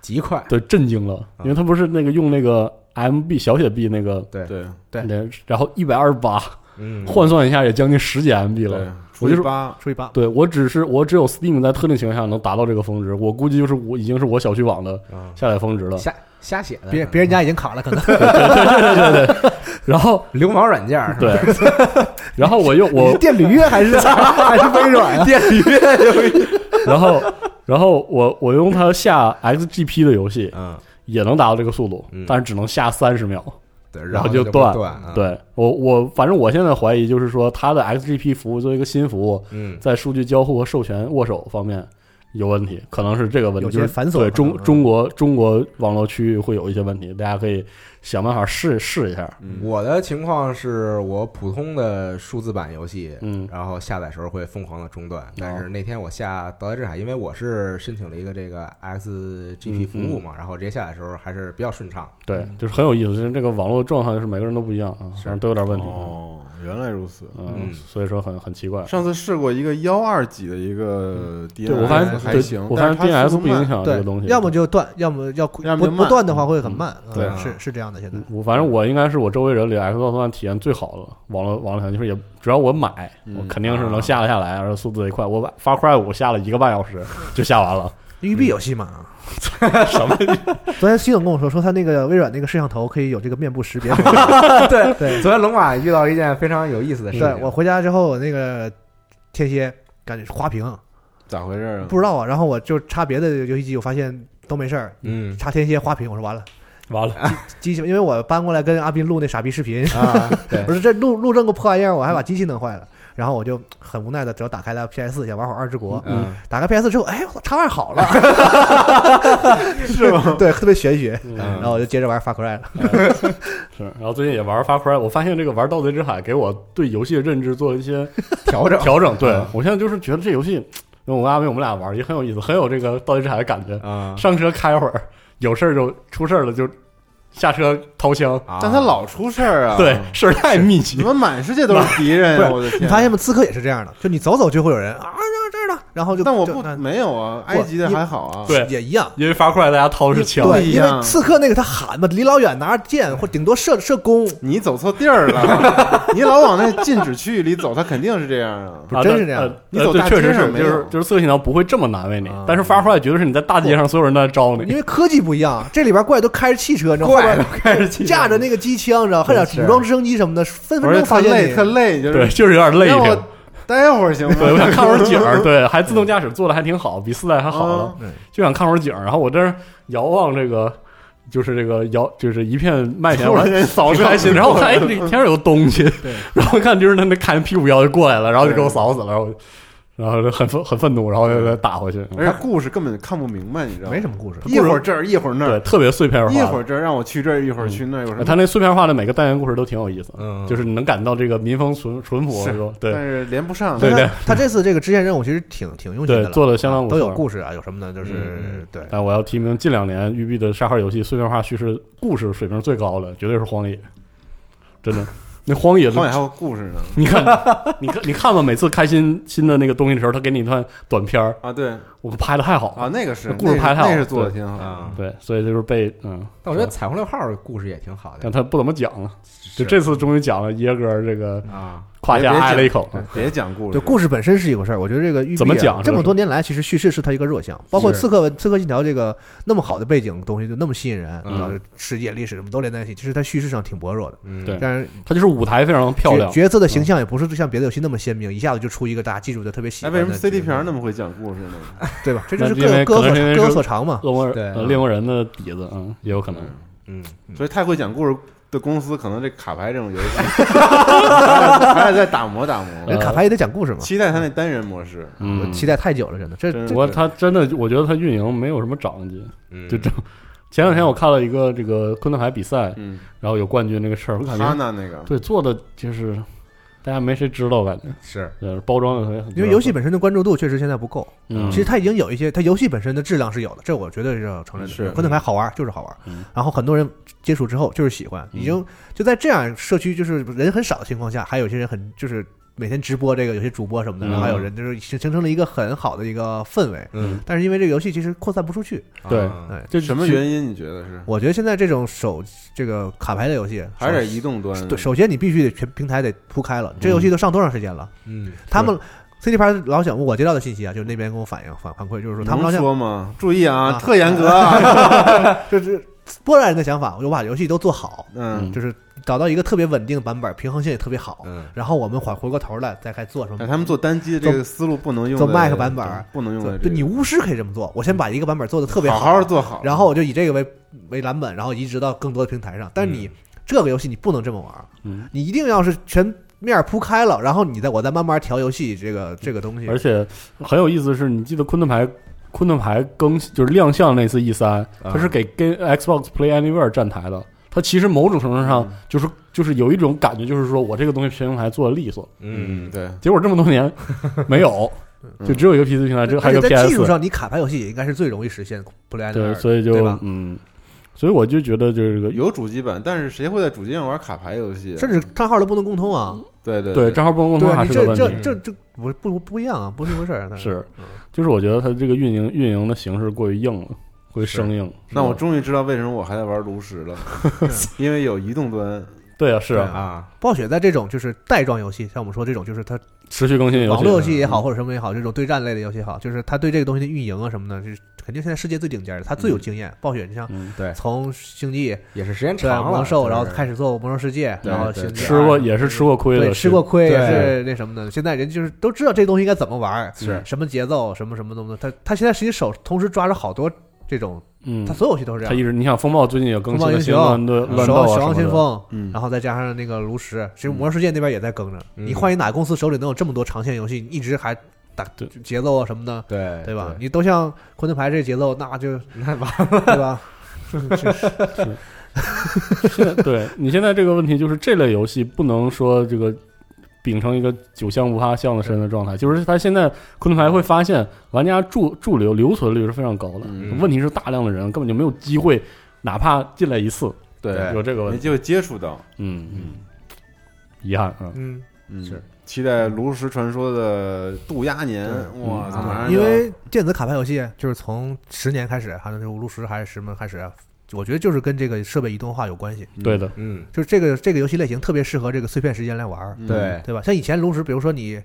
[SPEAKER 2] 极快。
[SPEAKER 5] 对震惊了，
[SPEAKER 2] 啊
[SPEAKER 5] 因为它不是那个用那个 MB 小写 b 那个，
[SPEAKER 2] 对
[SPEAKER 3] 对
[SPEAKER 4] 对
[SPEAKER 5] 那然后一百二十八
[SPEAKER 2] 嗯，
[SPEAKER 5] 换算一下也将近十几 MB
[SPEAKER 3] 对
[SPEAKER 5] 了。，
[SPEAKER 3] 除
[SPEAKER 5] 我就
[SPEAKER 3] 以
[SPEAKER 5] 是
[SPEAKER 3] 八，
[SPEAKER 4] 除以八，
[SPEAKER 5] 对我只是我只有 Steam 在特定情况下能达到这个峰值，我估计就是我已经是我小区网的
[SPEAKER 2] 啊
[SPEAKER 5] 下载峰值了。
[SPEAKER 2] 瞎瞎写的，
[SPEAKER 4] 别别人家已经卡了，可能
[SPEAKER 5] 然后
[SPEAKER 2] 流氓软件儿是吧？
[SPEAKER 5] 对， 然后我又我
[SPEAKER 4] 是电驴还是还是微软啊？
[SPEAKER 2] 电驴
[SPEAKER 5] 然后然后我我用它下 XGP 的游戏
[SPEAKER 2] 嗯，
[SPEAKER 5] 也能达到这个速度
[SPEAKER 2] 嗯，
[SPEAKER 5] 但是只能下三十秒。
[SPEAKER 2] 对，
[SPEAKER 5] 然后
[SPEAKER 2] 就
[SPEAKER 5] 就
[SPEAKER 2] 不
[SPEAKER 5] 断
[SPEAKER 2] 断，啊，
[SPEAKER 5] 对我，我反正我现在怀疑，就是说它的 XGP 服务作为一个新服务，
[SPEAKER 2] 嗯
[SPEAKER 5] 在数据交互和授权握手方面有问题，可能是这个问题，
[SPEAKER 4] 有些
[SPEAKER 5] 就是
[SPEAKER 4] 繁琐
[SPEAKER 5] 对
[SPEAKER 4] 可
[SPEAKER 5] 中
[SPEAKER 4] 能
[SPEAKER 5] 中国中国网络区域会有一些问题，大家可以想办法试试一下。
[SPEAKER 3] 嗯，
[SPEAKER 2] 我的情况是我普通的数字版游戏，
[SPEAKER 5] 嗯
[SPEAKER 2] 然后下载时候会疯狂的中断，但是那天我下《盗贼之海》，因为我是申请了一个这个 XGP
[SPEAKER 5] 嗯
[SPEAKER 2] 服务嘛，然后直接下载时候还是比较顺畅。
[SPEAKER 5] 对，就是很有意思，就是这个网络状态就是每个人都不一样啊，反正都有点问题。
[SPEAKER 3] 哦，原来如此。
[SPEAKER 5] 嗯
[SPEAKER 2] 嗯，
[SPEAKER 5] 所以说很很奇怪。
[SPEAKER 3] 上次试过一个幺二几的一个 DNS，
[SPEAKER 5] 嗯对我发现，
[SPEAKER 3] 还
[SPEAKER 5] 对
[SPEAKER 3] 行，
[SPEAKER 5] 我发
[SPEAKER 3] 但
[SPEAKER 5] 现
[SPEAKER 3] 是它
[SPEAKER 5] DNS
[SPEAKER 3] 速度
[SPEAKER 5] 不影
[SPEAKER 3] 慢。
[SPEAKER 5] 响这
[SPEAKER 4] 对
[SPEAKER 5] 个东西。，
[SPEAKER 4] 要么就断，要么要不
[SPEAKER 3] 要么就慢
[SPEAKER 4] 不断的话会很慢。嗯
[SPEAKER 3] 对啊
[SPEAKER 4] 是是这样的，现在
[SPEAKER 5] 嗯我反正我应该是我周围人里 Xbox One 体验最好的网络网络体验，就是也只要我买，
[SPEAKER 3] 嗯
[SPEAKER 5] 我肯定是能下得下来，而且速度贼快。我把 Far Cry 五下了一个半小时就下完了，
[SPEAKER 4] 育碧有戏啊嘛？ 什么？ 昨天系统跟我说，说他那个微软那个摄像头可以有这个面部识别。
[SPEAKER 2] 对
[SPEAKER 4] 对
[SPEAKER 2] 昨天龙马遇到一件非常有意思的事
[SPEAKER 4] 对
[SPEAKER 2] 情，
[SPEAKER 4] 我回家之后，我那个天蝎感觉花屏，
[SPEAKER 3] 咋回事儿啊？
[SPEAKER 4] 不知道啊。然后我就插别的游戏机，我发现都没事儿，
[SPEAKER 2] 嗯
[SPEAKER 4] 插天蝎花屏，我说完了。
[SPEAKER 5] 完了，
[SPEAKER 4] 机器，因为我搬过来跟阿斌录那傻逼视频，
[SPEAKER 2] 啊，对
[SPEAKER 4] 不，是这录录这么破玩意儿，我还把机器弄坏了。然后我就很无奈的，只好打开了 PS 想玩会儿《二之国》。
[SPEAKER 2] 嗯，
[SPEAKER 4] 打开 PS 之后，哎，我操，叉二好了，
[SPEAKER 3] 是吗？
[SPEAKER 4] 对，特别玄学。
[SPEAKER 2] 嗯
[SPEAKER 4] 然后我就接着玩《法 cry》了。
[SPEAKER 5] 是。然后最近也玩 Far Cry，我发现这个玩《盗贼之海》给我对游戏的认知做了一些
[SPEAKER 2] 调整
[SPEAKER 5] 调整。对
[SPEAKER 2] 嗯
[SPEAKER 5] 我现在就是觉得这游戏，因为我跟阿威我们俩玩也很有意思，很有这个《盗贼之海》的感觉。
[SPEAKER 2] 啊，
[SPEAKER 5] 上车开会儿，有事儿就出事儿了就下车掏枪，
[SPEAKER 2] 啊
[SPEAKER 3] 但它老出事儿啊！
[SPEAKER 5] 对，，事儿太密集
[SPEAKER 3] 怎。么满世界都是敌人呀？我的
[SPEAKER 4] 你
[SPEAKER 3] 天！
[SPEAKER 4] 发现吗？刺客也是这样的，就你走走就会有人啊，这儿这儿呢，然后就
[SPEAKER 3] 但我
[SPEAKER 4] 就
[SPEAKER 3] 不
[SPEAKER 4] 那
[SPEAKER 3] 没有啊，埃及的
[SPEAKER 4] 你
[SPEAKER 3] 还好啊，
[SPEAKER 5] 对
[SPEAKER 4] 也一样。
[SPEAKER 5] 因为发块大家掏是枪，
[SPEAKER 4] 对，
[SPEAKER 3] 一
[SPEAKER 4] 因为
[SPEAKER 3] 样
[SPEAKER 4] 刺客那个他喊嘛，离老远拿着剑，或顶多射射弓，
[SPEAKER 3] 你走错地儿 了，你老往那禁止区域里走，他肯定是这样啊。
[SPEAKER 4] 不真是这样
[SPEAKER 5] 呃
[SPEAKER 3] 你走
[SPEAKER 5] 呃对
[SPEAKER 3] 大街
[SPEAKER 5] 确实
[SPEAKER 3] 上
[SPEAKER 5] 是，
[SPEAKER 3] 没
[SPEAKER 5] 就
[SPEAKER 3] 有
[SPEAKER 5] 是就是刺客信条不会这么难为你
[SPEAKER 4] 啊，
[SPEAKER 5] 但是发出来绝对是你在大街上所有人都在招
[SPEAKER 4] 因
[SPEAKER 5] 你，
[SPEAKER 4] 为科技不一样，这里边怪都开着汽车，你知道后边
[SPEAKER 3] 开始
[SPEAKER 4] 架着那个机枪，然后还有
[SPEAKER 3] 是
[SPEAKER 4] 武装直升机什么的，分分
[SPEAKER 3] 而且
[SPEAKER 4] 钟
[SPEAKER 3] 特
[SPEAKER 4] 发
[SPEAKER 3] 累，
[SPEAKER 4] 现
[SPEAKER 3] 特
[SPEAKER 4] 你。
[SPEAKER 3] 累，就是
[SPEAKER 5] 对，就是有点累一
[SPEAKER 3] 让
[SPEAKER 5] 点。
[SPEAKER 3] 我待会儿行吗？
[SPEAKER 5] 对，我想看会 儿景儿，对，还自动驾驶做的还挺好，比四代还好
[SPEAKER 3] 啊
[SPEAKER 5] 了，
[SPEAKER 4] 嗯
[SPEAKER 5] 就想看会儿景儿。然后我这儿遥望这个，就是这个遥，就是一片麦田，
[SPEAKER 3] 突
[SPEAKER 5] 我
[SPEAKER 3] 然
[SPEAKER 5] 还
[SPEAKER 3] 间扫
[SPEAKER 5] 挺
[SPEAKER 3] 射
[SPEAKER 5] 开心。然后我看，哎，这天上有东西
[SPEAKER 4] 对，
[SPEAKER 5] 然后看就是他那看人屁股腰就过来了，然后就给我扫死了，然后我然后就很愤很愤怒，然后就给他打回去。
[SPEAKER 3] 嗯而且故事根本看不明白，你知道吗？
[SPEAKER 4] 没什么故事，
[SPEAKER 3] 一会儿这儿一会儿那
[SPEAKER 5] 对，
[SPEAKER 3] 儿，
[SPEAKER 5] 特别碎片化。
[SPEAKER 3] 一会儿这儿让我去这儿，一会儿去那儿，有什么？
[SPEAKER 5] 嗯他那碎片化的每个单元故事都挺有意思，
[SPEAKER 2] 嗯
[SPEAKER 5] 就是你能感到这个民风淳淳朴，
[SPEAKER 3] 是
[SPEAKER 5] 说
[SPEAKER 3] 但
[SPEAKER 5] 对
[SPEAKER 3] 是连不上，
[SPEAKER 5] 对
[SPEAKER 4] 但
[SPEAKER 5] 对
[SPEAKER 4] 他他这次这个支线任务其实挺挺用心
[SPEAKER 5] 对
[SPEAKER 4] 的，了，
[SPEAKER 5] 做的相当不
[SPEAKER 4] 都有
[SPEAKER 5] 错。
[SPEAKER 4] 故事啊，有什么呢？就是
[SPEAKER 2] 嗯
[SPEAKER 4] 对，
[SPEAKER 5] 但我要提名近两年育碧的沙盒游戏碎片化叙事故事水平最高的，绝对是《荒野》，真的。那《荒野》
[SPEAKER 3] 荒野还有故事呢
[SPEAKER 5] 你看， 你看，你看吧，每次开新新的那个东西的时候，他给你一段短片儿，
[SPEAKER 3] 啊，对
[SPEAKER 4] 嗯
[SPEAKER 5] 我拍的太好
[SPEAKER 3] 啊，
[SPEAKER 5] 了。
[SPEAKER 3] 那个是
[SPEAKER 5] 那故事拍得好
[SPEAKER 3] 那是做的挺好
[SPEAKER 2] 啊。
[SPEAKER 5] 对，所以就是被嗯，
[SPEAKER 2] 但我觉得彩虹六号的故事也挺好的
[SPEAKER 5] 但他不怎么讲了。就是这次终于讲了耶格这个
[SPEAKER 2] 啊，
[SPEAKER 5] 胯
[SPEAKER 3] 别
[SPEAKER 5] 下
[SPEAKER 3] 别
[SPEAKER 5] 挨了一
[SPEAKER 3] 讲
[SPEAKER 5] 口，
[SPEAKER 3] 对别讲故事，
[SPEAKER 4] 就故事本身是一回事儿，我觉得这个育碧啊
[SPEAKER 5] 怎么讲
[SPEAKER 4] 这么多年来，其实叙事是它一个弱项，包括《刺客刺客信条》这个那么好的背景东西，就那么吸引人，
[SPEAKER 2] 嗯
[SPEAKER 4] 然后世界历史什么都连在一起，其实它叙事上挺薄弱的。
[SPEAKER 2] 嗯
[SPEAKER 5] 对
[SPEAKER 4] 但是
[SPEAKER 5] 他就是舞台非常漂
[SPEAKER 4] 角
[SPEAKER 5] 亮，
[SPEAKER 4] 角色的形象也不是像别的游戏那么鲜明，一下子就出一个大家记住的特别喜
[SPEAKER 3] 哎，
[SPEAKER 4] 欢
[SPEAKER 3] 为什
[SPEAKER 4] 的。
[SPEAKER 3] 么 CD 片儿那么会讲故事呢？
[SPEAKER 4] 对吧？这就是
[SPEAKER 5] 那因为
[SPEAKER 4] 各各
[SPEAKER 5] 可能是因为
[SPEAKER 4] 所
[SPEAKER 5] 是
[SPEAKER 4] 各有所长嘛。
[SPEAKER 5] 恶魔
[SPEAKER 2] 对
[SPEAKER 5] 呃猎魔人的底子，嗯，也有可能。
[SPEAKER 2] 嗯，
[SPEAKER 3] 所以太会讲故事的公司，可能这卡牌这种游戏 还得再打磨打
[SPEAKER 4] 人
[SPEAKER 3] 磨。
[SPEAKER 4] 家卡牌也得讲故事嘛，
[SPEAKER 3] 期待他那单人模式，
[SPEAKER 4] 我
[SPEAKER 5] 啊嗯，
[SPEAKER 4] 期待太久了，真的。这
[SPEAKER 3] 真是
[SPEAKER 4] 这
[SPEAKER 5] 我他真的，我觉得他运营没有什么长进。
[SPEAKER 2] 嗯
[SPEAKER 5] 就这前两天我看了一个这个昆特海比赛，
[SPEAKER 3] 嗯，
[SPEAKER 5] 然后有冠军这个事儿，我感
[SPEAKER 3] 哈
[SPEAKER 4] 啊
[SPEAKER 5] 觉
[SPEAKER 3] 娜那个，
[SPEAKER 5] 对做的就是大家没谁知道，感觉
[SPEAKER 2] 是
[SPEAKER 5] 呃包装的很，
[SPEAKER 4] 因为游戏本身的关注度确实现在不够，
[SPEAKER 5] 嗯
[SPEAKER 4] 其实它已经有一些，它游戏本身的质量是有的，这我绝对是要承认的。
[SPEAKER 3] 是
[SPEAKER 4] 昆特牌好玩就是好玩
[SPEAKER 5] 嗯，
[SPEAKER 4] 然后很多人接触之后就是喜欢，
[SPEAKER 5] 嗯
[SPEAKER 4] 已经就在这样社区就是人很少的情况下，还有些人很就是每天直播这个，有些主播什么的，
[SPEAKER 5] 嗯
[SPEAKER 4] 然后还有人就是形形成了一个很好的一个氛围。
[SPEAKER 2] 嗯，
[SPEAKER 4] 但是因为这个游戏其实扩散不出去，
[SPEAKER 5] 对
[SPEAKER 2] 啊
[SPEAKER 4] 哎，
[SPEAKER 5] 就
[SPEAKER 3] 什么原因？你觉得是？
[SPEAKER 4] 我觉得现在这种手这个卡牌的游戏
[SPEAKER 3] 还是得移动端？
[SPEAKER 4] 对，首先你必须得全平台得铺开了，这游戏都上多长时间了？
[SPEAKER 2] 嗯
[SPEAKER 4] 他们 CD 牌老想我接到的信息啊，就是那边跟我反映反反馈，就是说他们老
[SPEAKER 3] 能
[SPEAKER 4] 想
[SPEAKER 3] 说吗？注意啊，
[SPEAKER 4] 啊
[SPEAKER 3] 特严格 啊。
[SPEAKER 4] 就是波兰人的想法，我就把游戏都做好，
[SPEAKER 3] 嗯，
[SPEAKER 4] 就是找到一个特别稳定的版本，平衡性也特别好，
[SPEAKER 2] 嗯
[SPEAKER 4] 然后我们缓回过头来再开做什么
[SPEAKER 3] 哎。他们做单机这个思路不能用在
[SPEAKER 4] 做 Mac 版本儿
[SPEAKER 3] 不能用
[SPEAKER 4] 做
[SPEAKER 3] 在
[SPEAKER 4] 就
[SPEAKER 3] 这
[SPEAKER 4] 你
[SPEAKER 3] 个，
[SPEAKER 4] 巫师可以这么做，我
[SPEAKER 5] 嗯
[SPEAKER 4] 先把一个版本做的特别
[SPEAKER 3] 好好做好，
[SPEAKER 4] 然后我就以这个为为蓝本，然后移植到更多的平台上。但是你、这个游戏你不能这么玩儿，
[SPEAKER 5] 嗯
[SPEAKER 4] 你一定要是全面铺开了，然后你再我再慢慢调游戏这个这个东西。
[SPEAKER 5] 而且很有意思的是，你记得昆特牌。昆特牌更新就是亮相那次 E 三，它
[SPEAKER 4] 啊
[SPEAKER 5] 是给跟 Xbox Play Anywhere 站台的。它其实某种程度
[SPEAKER 4] 嗯
[SPEAKER 5] 上就是就是有一种感觉，就是说我这个东西平台做的利索，
[SPEAKER 3] 嗯，
[SPEAKER 2] 嗯
[SPEAKER 3] 对，
[SPEAKER 5] 结果这么多年没有，就只有一个 PC 平台，这还
[SPEAKER 4] 嗯而
[SPEAKER 5] 有
[SPEAKER 4] 且
[SPEAKER 5] 一个
[SPEAKER 4] 在技术
[SPEAKER 5] PS。
[SPEAKER 4] 上，你卡牌游戏也应该是最容易实现 Play
[SPEAKER 5] 对，
[SPEAKER 4] Anywhere
[SPEAKER 5] 所以
[SPEAKER 4] 对
[SPEAKER 5] 就
[SPEAKER 4] 吧
[SPEAKER 5] 嗯，所以我就觉得就是这个
[SPEAKER 3] 有主机版，但是谁会在主机上玩卡牌游戏？啊
[SPEAKER 4] 甚至账号都不能共通啊。
[SPEAKER 3] 对对
[SPEAKER 5] 对账号不能共
[SPEAKER 4] 对
[SPEAKER 5] 同
[SPEAKER 4] 啊，
[SPEAKER 5] 还
[SPEAKER 4] 你
[SPEAKER 5] 嗯是个
[SPEAKER 4] 这
[SPEAKER 5] 问
[SPEAKER 4] 这
[SPEAKER 5] 题。
[SPEAKER 4] 这这不不不一样啊，不是一回事儿。但
[SPEAKER 5] 是，就是我觉得它这个运营运营的形式过于硬了，过于生硬。
[SPEAKER 3] 那我终于知道为什么我还在玩炉石了，因为有移动端。
[SPEAKER 5] 对啊，是
[SPEAKER 4] 对
[SPEAKER 5] 啊，
[SPEAKER 2] 啊，
[SPEAKER 4] 暴雪在这种就是带状游戏，像我们说这种就是它
[SPEAKER 5] 持续更新游戏，
[SPEAKER 4] 网络游戏也好，或者什么也好，这种对战类的游戏也好，就是它对这个东西的运营啊什么的，就是肯定现在世界最顶尖儿的，它最有经验。暴雪，你像
[SPEAKER 5] 嗯，
[SPEAKER 4] 从星际
[SPEAKER 2] 也是时间
[SPEAKER 4] 对啊
[SPEAKER 2] 长了，
[SPEAKER 4] 魔兽，然后
[SPEAKER 2] 就是
[SPEAKER 4] 开始做魔兽世界，
[SPEAKER 3] 对
[SPEAKER 4] 然后
[SPEAKER 3] 对
[SPEAKER 4] 星际
[SPEAKER 5] 吃过
[SPEAKER 4] 二
[SPEAKER 5] 也是吃过亏的，
[SPEAKER 4] 对，吃过亏
[SPEAKER 2] 对
[SPEAKER 4] 也是那什么的。现在人就是都知道这东西应该怎么玩儿，
[SPEAKER 3] 是
[SPEAKER 4] 什么节奏，什么什么东西。他他现在实际手同时抓着好多这种，
[SPEAKER 5] 嗯
[SPEAKER 4] 他，所有游戏都是这
[SPEAKER 5] 他
[SPEAKER 4] 样。
[SPEAKER 5] 一直你想风暴最近也更
[SPEAKER 4] 风
[SPEAKER 5] 新
[SPEAKER 4] 暴
[SPEAKER 5] 了
[SPEAKER 4] 英
[SPEAKER 5] 新
[SPEAKER 4] 雄嗯
[SPEAKER 5] 乱的乱
[SPEAKER 4] 守
[SPEAKER 5] 斗
[SPEAKER 4] 望
[SPEAKER 5] 啊什
[SPEAKER 4] 守望
[SPEAKER 5] 么
[SPEAKER 4] 先
[SPEAKER 5] 的，
[SPEAKER 4] 锋，
[SPEAKER 3] 嗯
[SPEAKER 4] 然后再加上那个炉石，其实
[SPEAKER 3] 嗯
[SPEAKER 4] 魔兽世界那边也在更着。
[SPEAKER 2] 嗯
[SPEAKER 4] 你换一哪公司手里能有这么多长线游戏，一直还打
[SPEAKER 5] 对
[SPEAKER 4] 节奏啊什么的，
[SPEAKER 2] 对
[SPEAKER 4] 对吧？？你都像昆特牌这节奏，那就那完了，对吧？
[SPEAKER 5] 对你现在这个问题就是这类游戏不能说这个秉承一个酒香不怕巷子深的状态，就是他现在昆特牌会发现玩家驻驻留留存率是非常高的，
[SPEAKER 3] 嗯
[SPEAKER 5] 问题是大量的人根本就没有机会，哪怕进来一次，
[SPEAKER 3] 对，
[SPEAKER 5] 有这个问
[SPEAKER 3] 没
[SPEAKER 5] 题，
[SPEAKER 3] 机会接触到。
[SPEAKER 5] 嗯嗯，遗憾啊，
[SPEAKER 4] 嗯，
[SPEAKER 3] 嗯，
[SPEAKER 2] 是
[SPEAKER 3] 期待《炉石传说》的渡鸦年，哇，他马上
[SPEAKER 4] 因
[SPEAKER 3] 就
[SPEAKER 4] 为电子卡牌游戏就是从十年开始，还有就是炉石还是什么开始，啊我觉得就是跟这个设备移动化有关系。
[SPEAKER 5] 对的，
[SPEAKER 2] 嗯，
[SPEAKER 4] 就是这个这个游戏类型特别适合这个碎片时间来玩儿，
[SPEAKER 3] 嗯
[SPEAKER 2] 对，
[SPEAKER 4] 对吧？像以前炉石，比如说你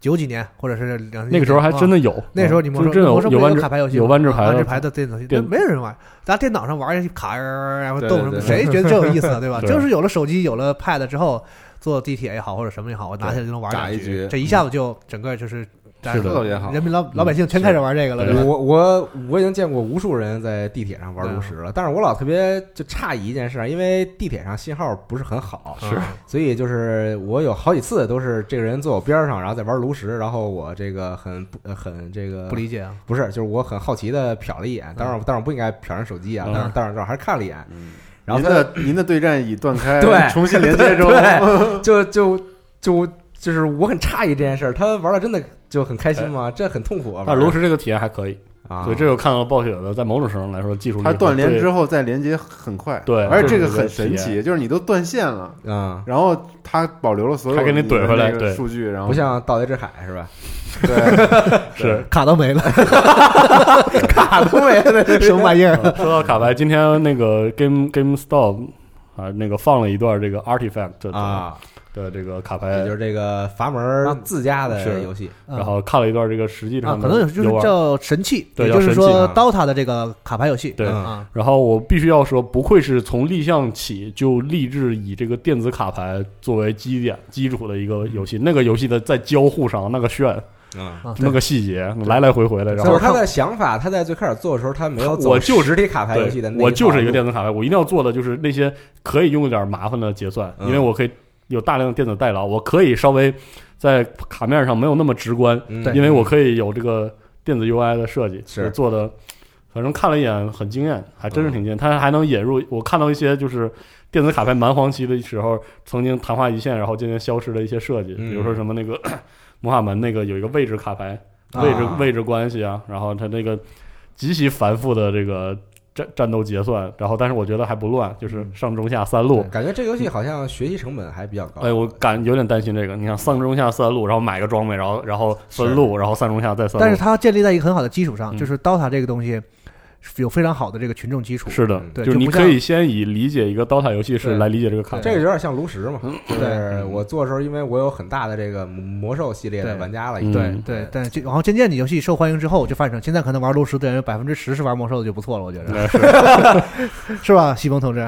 [SPEAKER 4] 九几年或者是两
[SPEAKER 5] 那个时候还真
[SPEAKER 4] 的，
[SPEAKER 5] 的有，
[SPEAKER 4] 啊
[SPEAKER 5] 嗯
[SPEAKER 4] 那时候你魔
[SPEAKER 5] 啊就
[SPEAKER 4] 兽
[SPEAKER 5] 真
[SPEAKER 4] 魔
[SPEAKER 5] 有
[SPEAKER 4] 兽不
[SPEAKER 5] 有
[SPEAKER 4] 也
[SPEAKER 5] 弯
[SPEAKER 4] 卡牌游戏吗
[SPEAKER 5] 有弯制牌
[SPEAKER 4] 弯
[SPEAKER 5] 的
[SPEAKER 4] 制牌的电子游戏，
[SPEAKER 5] 电
[SPEAKER 4] 那没有人玩，咱电脑上玩一卡，呃然后
[SPEAKER 3] 对
[SPEAKER 4] 动什么，
[SPEAKER 3] 对
[SPEAKER 4] 谁觉得这有意思啊？对吧？
[SPEAKER 5] 对
[SPEAKER 4] 就是有了手机，有了 Pad 之后，坐地铁也好或者什么也好，我拿起来就能玩
[SPEAKER 3] 打
[SPEAKER 4] 两
[SPEAKER 3] 一
[SPEAKER 4] 局，
[SPEAKER 3] 局，
[SPEAKER 4] 这一下子就整个就是
[SPEAKER 5] 是的嗯
[SPEAKER 3] 特别好
[SPEAKER 4] 人。民老老百姓全开始玩这个了，
[SPEAKER 5] 是
[SPEAKER 4] 对吧？
[SPEAKER 2] 我我我已经见过无数人在地铁上玩炉
[SPEAKER 4] 啊
[SPEAKER 2] 石了，但是我老特别就诧异一件事儿，因为地铁上信号不是很好，
[SPEAKER 4] 是
[SPEAKER 2] 所以就是我有好几次都是这个人坐我边上，然后在玩炉石，然后我这个很不呃很这个
[SPEAKER 4] 不理解啊。嗯
[SPEAKER 2] 不是，就是我很好奇的瞟了一眼，当然当然不应该瞟人手机啊，
[SPEAKER 5] 嗯
[SPEAKER 2] 当然当然还是看了一眼，
[SPEAKER 3] 嗯
[SPEAKER 2] 然后
[SPEAKER 3] 您
[SPEAKER 2] 他
[SPEAKER 3] 的您的对战已断开，
[SPEAKER 2] 对
[SPEAKER 3] 重 新连接中，
[SPEAKER 2] 对，就就就就是我很诧异这件事儿，他玩的真的就很开
[SPEAKER 5] 哎
[SPEAKER 2] 心吗？这很痛苦啊！玩
[SPEAKER 5] 但是
[SPEAKER 2] 得
[SPEAKER 5] 炉石这个体验还可以，
[SPEAKER 2] 啊，
[SPEAKER 5] 所以这就看到暴雪的，在某种程度上来说，技术
[SPEAKER 3] 它断联之
[SPEAKER 5] 后，
[SPEAKER 3] 后再连接很快，
[SPEAKER 5] 对
[SPEAKER 3] 而且这
[SPEAKER 5] 这
[SPEAKER 3] 个
[SPEAKER 5] 是一个
[SPEAKER 3] 很神
[SPEAKER 5] 体
[SPEAKER 3] 奇，就是你都断线了，
[SPEAKER 2] 啊，
[SPEAKER 3] 然后它保留了所有
[SPEAKER 5] 它给你
[SPEAKER 3] 的
[SPEAKER 5] 怼回来
[SPEAKER 3] 那个
[SPEAKER 5] 对
[SPEAKER 3] 数据，然后
[SPEAKER 2] 不像《盗贼之海》是吧？
[SPEAKER 3] 对，
[SPEAKER 5] 是。
[SPEAKER 4] 卡都没了，
[SPEAKER 2] 卡都没了，
[SPEAKER 4] 什么玩意儿？
[SPEAKER 5] 啊说到卡牌，今天那个 Game Game Stop 啊，那个放了一段这个 Artifact 的哎
[SPEAKER 2] 啊，
[SPEAKER 5] 的这个卡
[SPEAKER 2] 也
[SPEAKER 5] 牌
[SPEAKER 2] 就是，这个阀门自家的游戏，
[SPEAKER 5] 然后看了一段这个实际
[SPEAKER 4] 啊，
[SPEAKER 5] 上
[SPEAKER 4] 可能有
[SPEAKER 5] 的
[SPEAKER 4] 就是
[SPEAKER 5] 游玩。
[SPEAKER 4] 叫神器，
[SPEAKER 5] 对
[SPEAKER 4] 也
[SPEAKER 5] 叫
[SPEAKER 4] 就是
[SPEAKER 5] 神器
[SPEAKER 4] 说
[SPEAKER 2] 啊
[SPEAKER 4] DOTA 的这个卡牌游戏，
[SPEAKER 5] 对
[SPEAKER 2] 嗯
[SPEAKER 4] 啊，
[SPEAKER 5] 然后我必须要说，不愧是从立项起就立志以这个电子卡牌作为基点基础的一个游戏。那个游戏的在交互上那个炫，
[SPEAKER 2] 嗯。
[SPEAKER 4] 啊
[SPEAKER 5] 那个细节，来来回回的，然
[SPEAKER 2] 就是
[SPEAKER 5] 后。
[SPEAKER 2] 他的想法，他在最开始做的时候，他没有走
[SPEAKER 5] 我就
[SPEAKER 2] 实体卡牌游戏的那
[SPEAKER 5] 我就是一个
[SPEAKER 2] 条
[SPEAKER 5] 电子卡牌，我一定要做的就是那些可以用一点麻烦的结算，
[SPEAKER 2] 嗯
[SPEAKER 5] 因为我可以有大量的电子代劳，我可以稍微在卡面上没有那么直观，
[SPEAKER 2] 路，
[SPEAKER 4] 对
[SPEAKER 5] 因为我可以有这个电子 UI 的设计，
[SPEAKER 2] 嗯是
[SPEAKER 5] 就做的，反正看了一眼很惊艳，还真是挺惊艳。它还能引入我看到一些就是电子卡牌蛮荒期的时候，曾经昙花一现，然后渐渐消失的一些设计，
[SPEAKER 2] 嗯
[SPEAKER 5] 比如说什么那个 魔法门那个有一个位置卡牌，
[SPEAKER 2] 啊
[SPEAKER 5] 位置、位置关系啊，然后它那个极其繁复的这个战战斗结算，然后但是我觉得还不乱，
[SPEAKER 4] 嗯
[SPEAKER 5] 就是上中下三路。
[SPEAKER 2] 感觉这个游戏好像学习成本还比较高。
[SPEAKER 5] 哎，我感有点担心这个。你看，上中下三路，然后买个装备，然后然后分路，然后三中下再三路。
[SPEAKER 4] 但是它建立在一个很好的基础
[SPEAKER 5] 嗯
[SPEAKER 4] 上，就是 DOTA 这个东西是有非常好的这个群众基础，
[SPEAKER 5] 是的，
[SPEAKER 2] 嗯
[SPEAKER 4] 对，
[SPEAKER 5] 就是
[SPEAKER 4] 就
[SPEAKER 5] 你
[SPEAKER 4] 不像
[SPEAKER 5] 可以先以理解一个 DOTA 游戏
[SPEAKER 4] 对
[SPEAKER 5] 是来理解这个卡牌。
[SPEAKER 2] 这个有点像炉石嘛，就是
[SPEAKER 3] 嗯
[SPEAKER 2] 我做的时候，因为我有很大的这个魔兽系列的
[SPEAKER 4] 对
[SPEAKER 2] 玩家了，已
[SPEAKER 5] 嗯
[SPEAKER 2] 经
[SPEAKER 4] 对对，但就然后渐渐你游戏受欢迎之后，就发展成现在可能玩炉石的人有百分之十是玩魔兽的就不错了，我觉得
[SPEAKER 5] 那是
[SPEAKER 4] 是吧，西蒙同志？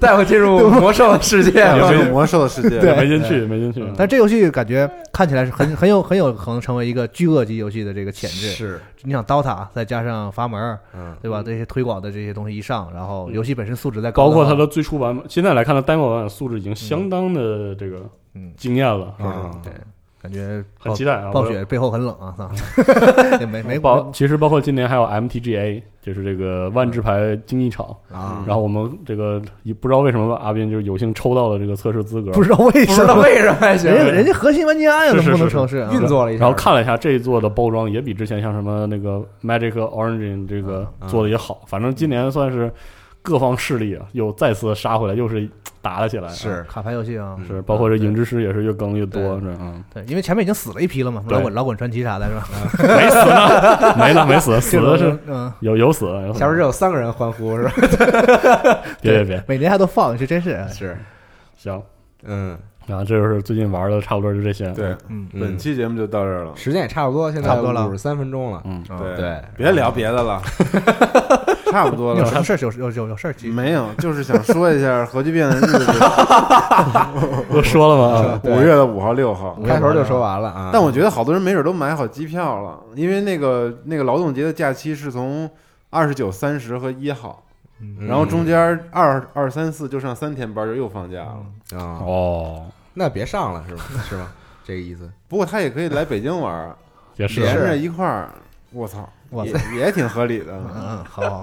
[SPEAKER 2] 带我进入魔兽的世界
[SPEAKER 5] 对
[SPEAKER 2] 了。
[SPEAKER 5] 吧
[SPEAKER 3] 要进魔兽的世界，
[SPEAKER 4] 对嗯
[SPEAKER 5] 没进去，没进去。
[SPEAKER 4] 但这游戏感觉看起来是很很有很有可能成为一个巨鳄级游戏的这个潜质。
[SPEAKER 2] 是，
[SPEAKER 4] 你想 DOTA 再加上阀门儿，
[SPEAKER 2] 嗯，
[SPEAKER 4] 对吧？这些推广的这些东西一上，然后
[SPEAKER 5] 嗯
[SPEAKER 4] 游戏本身素质再高
[SPEAKER 5] 包
[SPEAKER 4] 的话，
[SPEAKER 5] 括它的最初版本，现在来看它 demo 版本素质已经相当的这个
[SPEAKER 4] 嗯
[SPEAKER 5] 惊艳了，是吧
[SPEAKER 2] 啊，
[SPEAKER 4] 对，感觉
[SPEAKER 5] 很
[SPEAKER 4] 暴
[SPEAKER 5] 期待啊！
[SPEAKER 4] 暴
[SPEAKER 5] 我
[SPEAKER 4] 雪背后很冷啊， 操，也没没嗯
[SPEAKER 5] 包其实包括今年还有 MTGA，就是这个万智牌竞技场，
[SPEAKER 2] 啊，
[SPEAKER 5] 然后我们这个也不知道为什么阿斌就有幸抽到了这个测试资格，
[SPEAKER 4] 不知道为
[SPEAKER 2] 不
[SPEAKER 4] 什
[SPEAKER 2] 知道
[SPEAKER 4] 么，
[SPEAKER 2] 为什么还行
[SPEAKER 4] 人家人家核心玩家呀，
[SPEAKER 5] 是
[SPEAKER 4] 怎么
[SPEAKER 5] 是
[SPEAKER 4] 不能
[SPEAKER 5] 是
[SPEAKER 4] 成事啊？
[SPEAKER 2] 运作了一下，
[SPEAKER 5] 然后看了一下这一座的包装，也比之前像什么那个 Magic Origin 这个
[SPEAKER 2] 啊
[SPEAKER 5] 做的也好。反正今年算是各方势力啊，又再次杀回来，又是打了起来啊。
[SPEAKER 2] 是
[SPEAKER 4] 卡牌游戏啊，
[SPEAKER 5] 是，包括这
[SPEAKER 4] 对
[SPEAKER 5] 影之师也是越更越多，是啊，
[SPEAKER 4] 对，嗯因为前面已经死了一批了嘛，
[SPEAKER 5] 对
[SPEAKER 4] 老滚老滚传奇啥的是吧？
[SPEAKER 5] 没死呢，没呢，没死，死
[SPEAKER 4] 这
[SPEAKER 5] 的
[SPEAKER 4] 个
[SPEAKER 5] 是
[SPEAKER 4] 嗯，
[SPEAKER 5] 有有死的，有死
[SPEAKER 2] 下
[SPEAKER 5] 的
[SPEAKER 2] 边只有三个人欢呼是吧？
[SPEAKER 5] 别别别，
[SPEAKER 4] 每年还都放，这真是
[SPEAKER 2] 是，
[SPEAKER 5] 行。
[SPEAKER 2] 嗯，
[SPEAKER 5] 然后这就是最近玩的，差不多就这些。
[SPEAKER 3] 对，
[SPEAKER 4] 嗯
[SPEAKER 2] 嗯
[SPEAKER 3] 本期节目就到这儿了，
[SPEAKER 2] 时间也差不多，现在
[SPEAKER 4] 差不多了
[SPEAKER 2] 五十三分钟了，
[SPEAKER 5] 嗯，
[SPEAKER 4] 啊
[SPEAKER 2] 对
[SPEAKER 3] 别聊别的了，差不多
[SPEAKER 4] 你有什么
[SPEAKER 3] 了。
[SPEAKER 4] 事儿有有有有事儿急
[SPEAKER 3] 没有，就是想说一下核聚变的日子，
[SPEAKER 5] 都说了啊嘛，
[SPEAKER 2] 对
[SPEAKER 3] 五月的五号、六号。
[SPEAKER 2] 开头就说完了啊。
[SPEAKER 3] 但我觉得好多人没准都买好机票了，因为那个那个劳动节的假期是从二十九、三十和一号，
[SPEAKER 2] 嗯，
[SPEAKER 3] 然后中间二二三四就上三天班，就又放假了。
[SPEAKER 2] 啊，
[SPEAKER 5] 哦，
[SPEAKER 2] 那别上了是吧？是吧？这个意思。
[SPEAKER 3] 不过他也可以来北京玩儿，
[SPEAKER 5] 也是
[SPEAKER 3] 连着一块儿，我操，
[SPEAKER 4] 哇
[SPEAKER 3] 也也挺合理的。
[SPEAKER 4] 嗯，好，好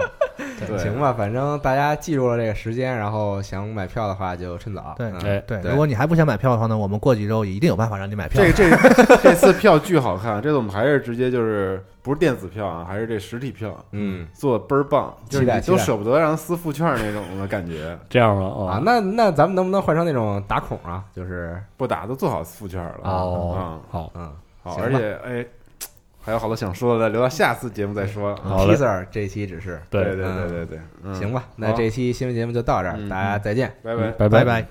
[SPEAKER 3] 对
[SPEAKER 2] 行吧，反正大家记住了这个时间，然后想买票的话就趁早。
[SPEAKER 4] 对
[SPEAKER 2] 嗯
[SPEAKER 5] 哎
[SPEAKER 4] 对，
[SPEAKER 2] 对
[SPEAKER 4] 如果你还不想买票的话呢，我们过几周也一定有办法让你买票
[SPEAKER 3] 这。这这次票巨好看，这次我们还是直接就是不是电子票啊，还是这实体票，
[SPEAKER 2] 嗯
[SPEAKER 3] 做倍儿棒，就是
[SPEAKER 2] 期待
[SPEAKER 3] 你都
[SPEAKER 2] 期待
[SPEAKER 3] 舍不得让撕副券那种的感觉，
[SPEAKER 5] 这样吗？哦
[SPEAKER 2] 啊，那那咱们能不能换成那种打孔啊？就是
[SPEAKER 3] 不打都做好副券了
[SPEAKER 5] 哦
[SPEAKER 3] 嗯，
[SPEAKER 5] 好，
[SPEAKER 2] 嗯，
[SPEAKER 3] 好，
[SPEAKER 2] 行
[SPEAKER 3] 而
[SPEAKER 2] 吧
[SPEAKER 3] 且哎，还有好多想说的，留到下次节目再说。啊
[SPEAKER 5] 好嘞
[SPEAKER 2] t e r 这一期只是
[SPEAKER 3] 对
[SPEAKER 5] 对，
[SPEAKER 3] 对对对对，嗯
[SPEAKER 2] 行吧，那
[SPEAKER 3] 好
[SPEAKER 2] 这期新闻节目就到这儿，
[SPEAKER 3] 嗯
[SPEAKER 2] 大家再见。
[SPEAKER 3] 拜拜。
[SPEAKER 5] 拜
[SPEAKER 4] 拜拜。